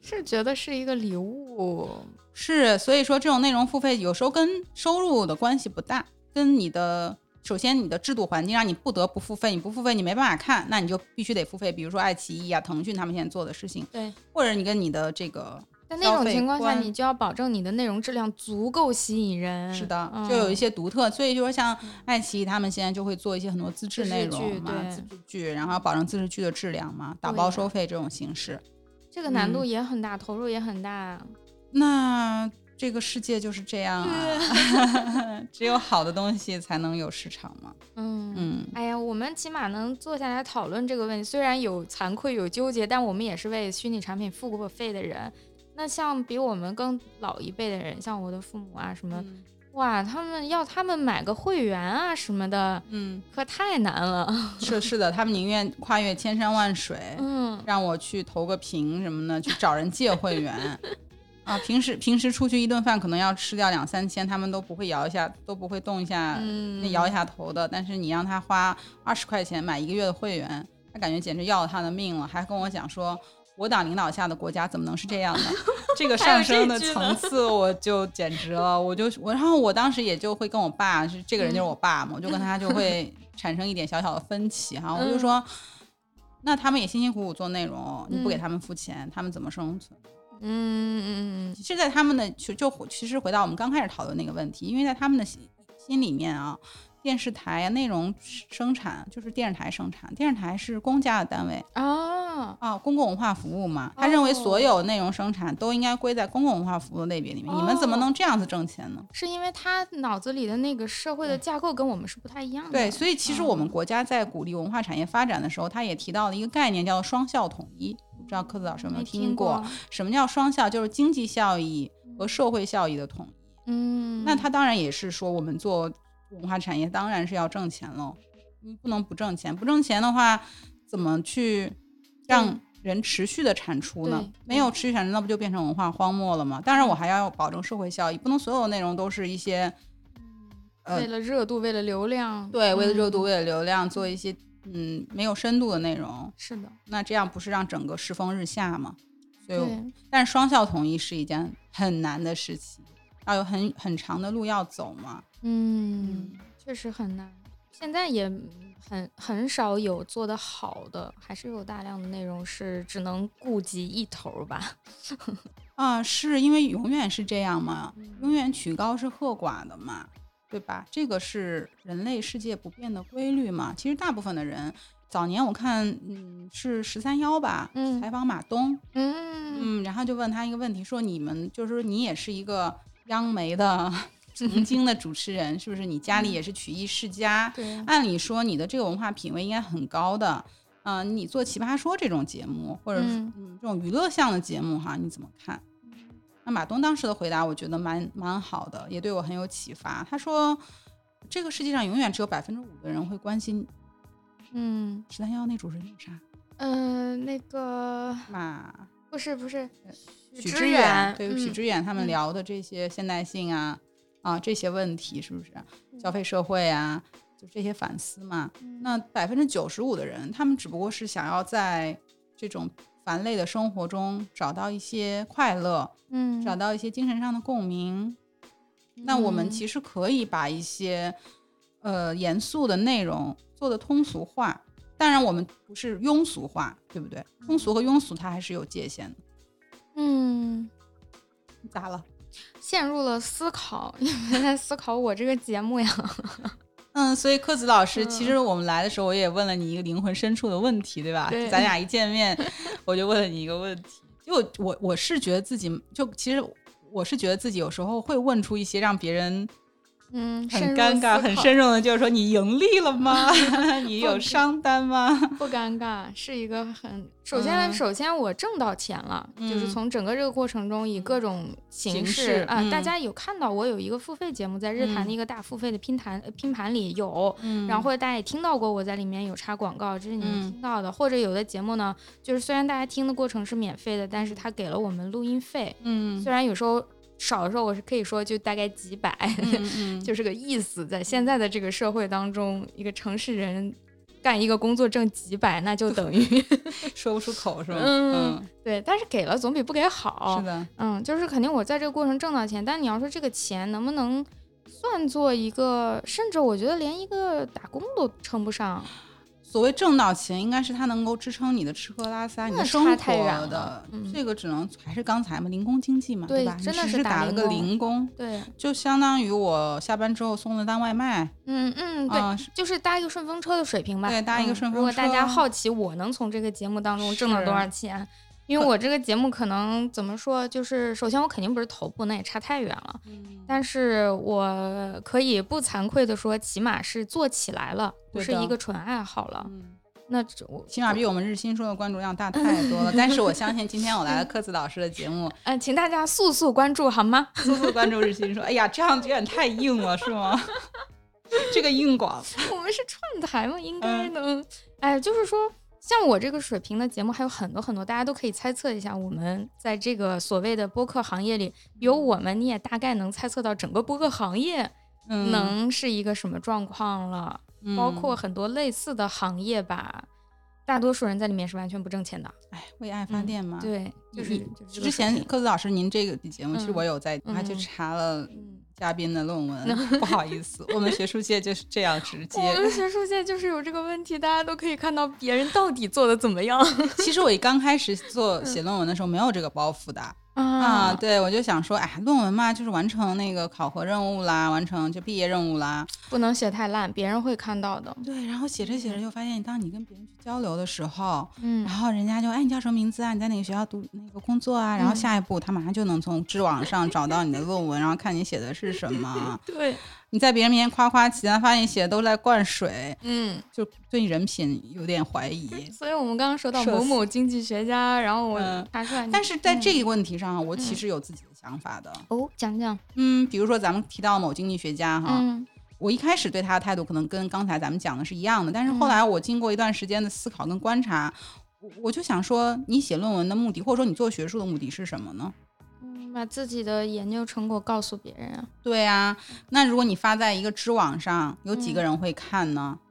是觉得是一个礼物，是，所以说这种内容付费有时候跟收入的关系不大，跟你的首先你的制度环境让你不得不付费，你不付费你没办法看，那你就必须得付费。比如说爱奇艺啊、腾讯他们现在做的事情，对。或者你跟你的这个但那消种费情况下，观你就要保证你的内容质量足够吸引人。是的，嗯就有一些独特，所以就是像爱奇艺他们现在就会做一些很多自制自制内剧容嘛，对自制剧，然后要保证自制剧的质量嘛，打对包呀收费这种形式。这个难度嗯也很大，投入也很大。那这个世界就是这样啊， [LAUGHS] 只有好的东西才能有市场嘛。嗯嗯，哎呀，我们起码能坐下来讨论这个问题，虽然有惭愧有纠结，但我们也是为虚拟产品付过费的人。那像比我们更老一辈的人，像我的父母啊什么，嗯哇，他们要他们买个会员啊什么的，嗯，可太难 [LAUGHS] 了。是是的，他们宁愿跨越千山万水，嗯，让我去投个屏什么的，去找人借会员。啊，平时平时出去一顿饭可能要吃掉两三千，他们都不会摇一下，都不会动一下，嗯啊那摇一下头的。但是你让他花二十块钱买一个月的会员，他感觉简直要了他的命了，还跟我讲说。我党领导下的国家怎么能是这样呢？这个 [LAUGHS] 还有上升这的句呢层次，我就简直了，我就我，然后我当时也就会跟我爸，是这个人就是嗯我爸嘛，我就跟 [LAUGHS] 他就会产生一点小小的分歧哈，我就嗯说，那他们也辛辛苦苦做内容，你不给嗯他们付钱，他们怎么生存？嗯嗯嗯是在他们的就就其实回到我们刚开始讨论那个问题，因为在他们的心心里面啊，电视台啊内容生产就是电视台生产，电视台是公家的单位嗯啊，啊，公共文化服务嘛，他认为所有内容生产都应该归在公共文化服务类别里面，你们怎么哦能这样子挣钱呢？是因为他脑子里的那个社会的架构跟我们是不太一样的。对，所以其实我们国家在鼓励文化产业发展的时候，他也提到了一个概念，叫做双效统一。不知道柯子老师有没有没听过过？？什么叫双效？就是经济效益和社会效益的统一。嗯，那他当然也是说，我们做文化产业当然是要挣钱喽，你不能不挣钱，不挣钱的话，怎么去让对人持续的产出呢对？没有持续产出，那不就变成文化荒漠了吗？当然，我还要保证社会效益，不能所有内容都是一些呃为了热度，为了流量，对为了热度、嗯为了流量做一些嗯没有深度的内容，是的，那这样不是让整个世风日下吗？所以我对，但是双效统一是一件很难的事情，要有很很长的路要走嘛。嗯，确实很难。现在也很很少有做得好的，还是有大量的内容是只能顾及一头儿吧。啊，是因为永远是这样嘛，嗯永远曲高是和寡的嘛，对吧？这个是人类世界不变的规律嘛。其实大部分的人，早年我看，嗯，是十三幺吧，嗯采访马东，嗯嗯，然后就问他一个问题，说你们就是说你也是一个央 [LAUGHS] 媒的曾经的主持人，是不是？你家里也是曲艺世家，嗯对，按理说你的这个文化品位应该很高的，嗯、你做《奇葩说》这种节目，或者是嗯嗯这种娱乐向的节目哈，你怎么看？那马东当时的回答，我觉得蛮蛮好的，也对我很有启发。他说，这个世界上永远只有百分之五的人会关心嗯十三幺那主持人叫啥呃，那个马不是不是呃许知远，远，对许嗯知远他们嗯聊的这些现代性啊、啊这些问题，是不是嗯消费社会啊，就这些反思嘛？嗯那百分之九十五的人，他们只不过是想要在这种繁累的生活中找到一些快乐，嗯找到一些精神上的共鸣。那我们其实实可以把一些呃严肃的内容做的通俗化，当然我们不是庸俗化，对不对？通俗和庸俗它还是有界限的。嗯咋了？陷入了思考， [LAUGHS] 因为在思考我这个节目呀。嗯，所以柯子老师，嗯其实我们来的时候，我也问了你一个灵魂深处的问题，对吧？对咱俩 [LAUGHS] 一见面，我就问了你一个问题。就我我我是觉得自己，就其实我是觉得自己有时候会问出一些让别人嗯，很深入尴尬、思很考深入的，就是说你盈利了 [LAUGHS] 吗？你有商单吗？不尴尬，是一个很首先、嗯首先我挣到钱了，就嗯是从整个这个过程中以各种形形式式啊、大嗯家有看到我有一个付费节目在日坛的嗯一个大付费的拼盘、呃拼盘里有。嗯然后或者大家也听到过我在里面有插广告，这是你嗯们听到的。或者有的节目呢，就是虽然大家听的过程是免费的，但是他给了我们录音费，嗯虽然有时候少的时候我是可以说就大概几百， [LAUGHS] 嗯就是个意思，在现在的这个社会当中，一个城市人干一个工作挣几百，那就 [LAUGHS] 等于嗯说不出口是吧？嗯对，但是给了总比不给好。是的，嗯，就是肯定我在这个过程挣到钱，但你要说这个钱能不能算作一个，甚至我觉得连一个打工都称不上。所谓挣到钱，应该是它能够支撑你的吃喝拉撒、你的那生差太远活的了。嗯这个只能还是刚才嘛，零工经济嘛，对吧？你真的只是是打打了零个工零工，对，就相当于我下班之后送了单外卖嗯嗯，对，啊，是就是搭一个顺风车的水平吧。对搭一个嗯顺风如果大家车好奇我能从这个节目当中挣到多少钱，因为可我这个节目可能怎么说，就是首先我肯定不是头部，那也差太远了。嗯但是我可以不惭愧的说，起码是做起来了，不对是的一个纯爱好了。嗯那这我起码比我们日新说的关注量大太多了。但是我相信今天 [LAUGHS] 我来了柯子老师的节目，嗯、请大家速速关注好吗？ [LAUGHS] 速速关注日新说，哎呀，这样有点太硬了，是吗？这个硬广，我们是串台嘛，应嗯该能。哎，就是说，像我这个水平的节目还有很多很多，大家都可以猜测一下。我们在这个所谓的播客行业里，有我们，你也大概能猜测到整个播客行业嗯，能是一个什么状况了，嗯包括很多类似的行业吧。大多数人在里面是完全不挣钱的。哎，为爱发电嘛。对，就是你就是这个之水前平科子老师您这个节目，其实嗯我有在，我还去嗯查了嗯嘉宾的论 [LAUGHS] 文，不好意思，我们学术界就是这样直 [LAUGHS] 接。我们学术界就是有这个问题，大家都可以看到别人到底做的怎么样 [LAUGHS] 其实我刚开始做写论文的时候没有这个包袱的啊，啊对我就想说，哎，论文嘛，就是完成那个考核任务啦，完成就毕业任务啦。不能写太烂，别人会看到的。对，然后写着写着就发现，当你跟别人去交流的时候，嗯 [LAUGHS] 然后人家就哎，你叫什么名字啊？你在哪个学校读那个工作啊？然后嗯下一步他马上就能从知网上找到你的论文，然后看你写的是什么。对，你在别人面前夸夸其谈，发现写的都在灌水，嗯，就对你人品有点怀疑。所以我们刚刚说到社某死某经济学家，然后我嗯查出来你，但是在这嗯个问题上，我其嗯实有自己的想法的。哦，讲讲，嗯，比如说咱们提到某经济学家哈，嗯我一开始对他的态度可能跟刚才咱们讲的是一样的，但是嗯后来我经过一段时间的思考跟观察，我我就想说，你写论文的目的，或者说你做学术的目的是什么呢？嗯，把自己的研究成果告诉别人啊。对啊，那如果你发在一个知网上，有几个人会看呢？嗯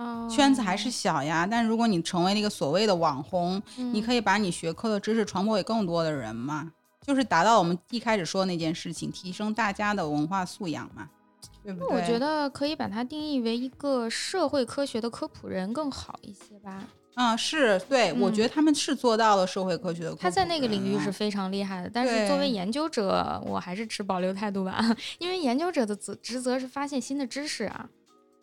哦圈子还是小呀。但如果你成为了一个所谓的网红，你可以，以把你学科的知识传播给更多的人嘛，就是达到我们一开始说的那件事情，提升大家的文化素养嘛，对不那对？我觉得可以把它定义为一个社会科学的科普人更好一些吧。啊，是对，我觉得他们是做到了社会科学的科嗯普人啊。他在那个领域是非常厉害的，但是作为对研究者，我还是持保留态度吧， [LAUGHS] 因为研究者的职职责是发现新的知识啊。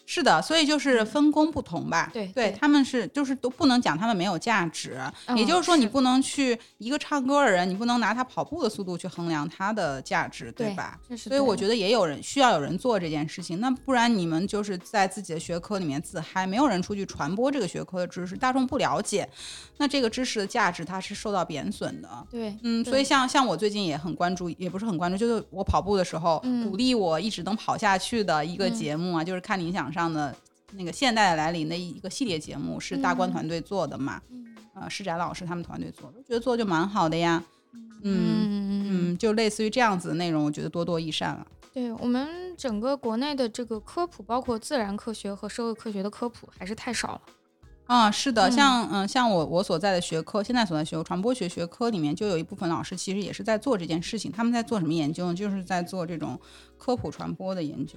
是的，所以就是分工不同吧。嗯对对对他们是就是都不能讲他们没有价值，也嗯就是说你是不能去一个唱歌的人，你不能拿他跑步的速度去衡量他的价值，对吧？？这是所以我觉得得也有人需要有人做这件事情，那不然你们就是在自己的学科里面自嗨，没有人出去传播这个学科的知识，大众不了解，那这个知识的价值它是受到贬损的。对，嗯，所以对像像我最近也很关注，也不是很关注，就是我跑步的时候、嗯鼓励我一直能跑下去的一个嗯节目啊，就是看理想上的那个现代的来临的一个系列节目，是大观嗯团队做的嘛，嗯呃，施展老师他们团队做的，我觉得做就蛮好的呀。嗯嗯嗯，就类似于这样子的内容，我觉得多多益善了。对我们整个国内的这个科普，包括自然科学和社会科学的科普，还是太少了。啊，是的，嗯像嗯、像我我所在的学科，现在所在学科传播学学科里面，就有一部分老师其实也是在做这件事情。他们在做什么研究呢？就是在做这种科普传播的研究。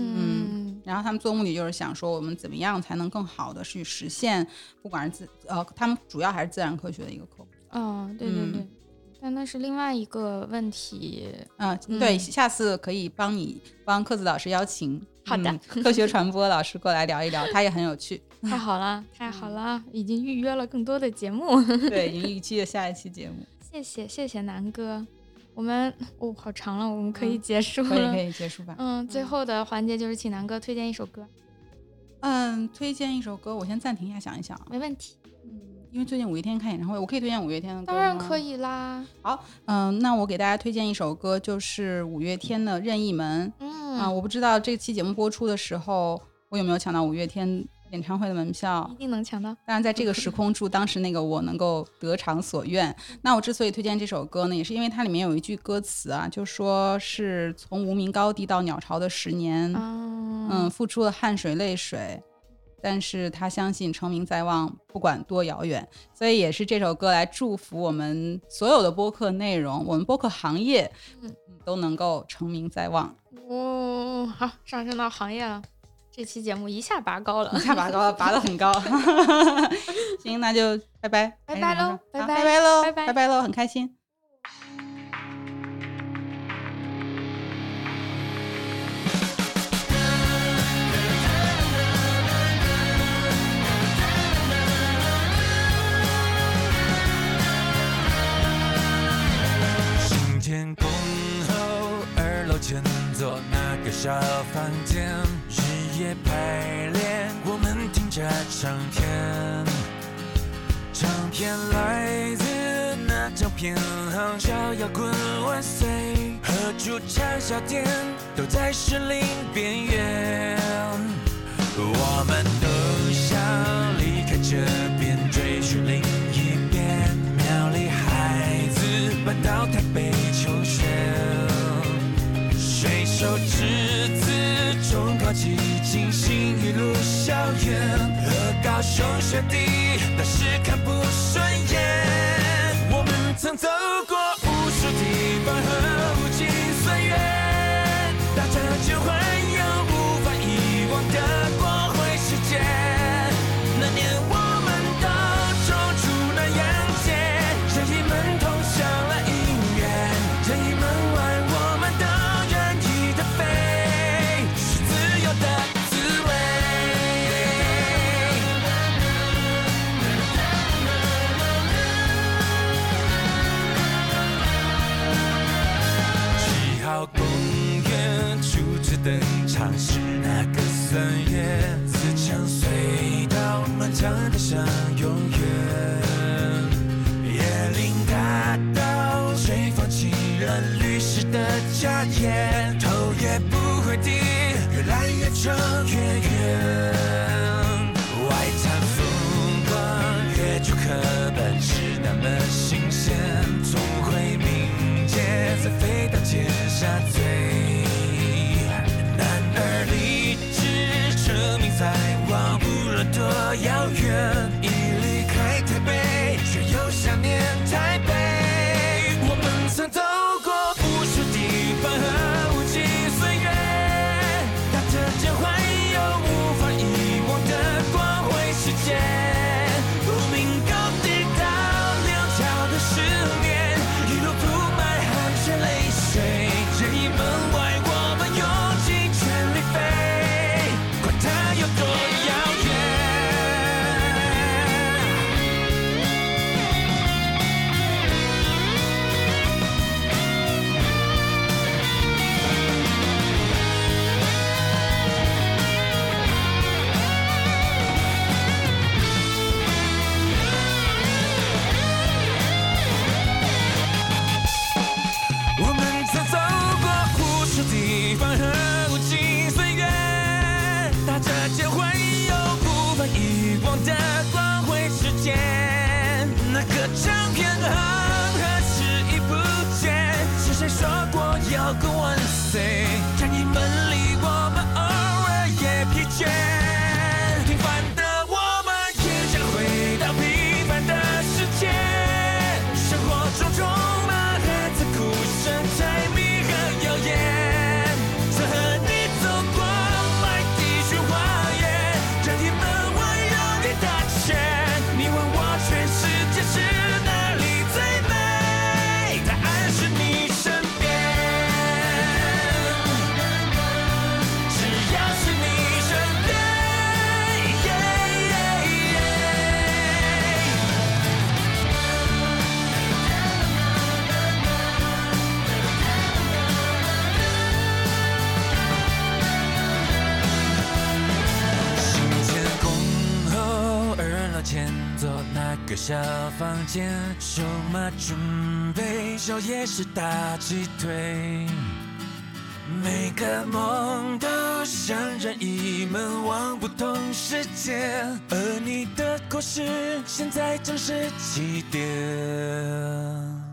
嗯然后他们做目的就是想说，我们怎么样才能更好的去实现，不管是自呃，他们主要还是自然科学的一个科普。哦，对对嗯对，但那是另外一个问题。嗯、嗯对，下次可以帮你帮克子老师邀请，好的嗯科学传播老师过来聊一聊，他也很有 [LAUGHS] 趣。太好了，太嗯好了，已经预约了更多的节目。对，已经预期了下一期节目，谢谢谢谢南哥，我们哦好长了，我们可以结束嗯可以了。可以结束 [LAUGHS] 吧。嗯，最后的环节就是请南哥推荐一首歌，嗯，推荐一首歌，我先暂停一下想一想啊，没问题，因为最近五月天开演唱会，我可以推荐五月天的歌当然吗可。以啦。嗯，那我给大家推荐一首歌，就是五月天的《任意门》。嗯，啊，我不知道这期节目播出的时候，我有没有抢到五月天演唱会的门票一。定能抢到。当然，在这个 [LAUGHS] 时空，祝当时那个我能够得偿所愿。那我之所以推荐这首歌呢，也是因为它里面有一句歌词啊，就说是从无名高地到鸟巢的十年，嗯嗯，付出了汗水泪水，但是他相信成名在望，不管多遥远，所以也是这首歌来祝福我们所有的播客内容，我们播客行业嗯都能够成名在望。哦，好，上升到行业了，这期节目一下拔高了一。下拔高了，拔得很高。 [LAUGHS] 行，那就拜拜，哎拜拜喽还拜是怎么着好拜拜拜喽，拜拜拜拜喽，很开心。行天宫后，二楼前座那个小房间，日夜排练，我们听着唱片。唱片来自那张片行，叫摇滚万岁，和驻唱小店都在士林边缘。我们都想离开这边，追寻另一边。苗栗孩子搬到台北求学，水手之子，重考奇迹星星一路笑颜，和高雄学弟，但是看不顺眼。我们曾走过无数地方和无尽岁月，大家就环游无法遗忘的光辉世界。那年我们都走出那阳街，正义们通向了音乐，正义门外我们都任意的飞，是自由的滋味。七号公园初次登场是那个三月，自强隧道漫长的像永远。椰林大道谁放弃了律师的家业，头也不回地越来越扯越远。外滩风光越出课本是那么新鲜，总会明街再飞到尖沙咀。男儿立志，成名在望，无论多遥远。一离开台北，却又想念台北。我们曾走过无数地方和无尽岁月，踏着脚环游无法遗忘的光辉世界。无名高地到流淌的思念，一路铺满汗水泪水。任意门外，我们用尽全力飞，管它有多遥远。我们曾走过无数地方和无尽岁月，踏着脚环游无法遗忘的光辉世界。那个唱片行何时已不见？是谁说过要 go one say？战役门里我们偶尔也疲倦，平凡的我们也想回到平凡的世界。生活中充满孩子哭声、柴米和谣言。想和你走过麦迪逊花园，这一门温柔的大圈。你问我全世界是哪里最美？答案是你身边。只要是你身边。行天恭候二楼前座那个小房间，手马准备宵夜时大鸡腿。每个梦都像任意门往不同世界，而你的故事现在正是起点。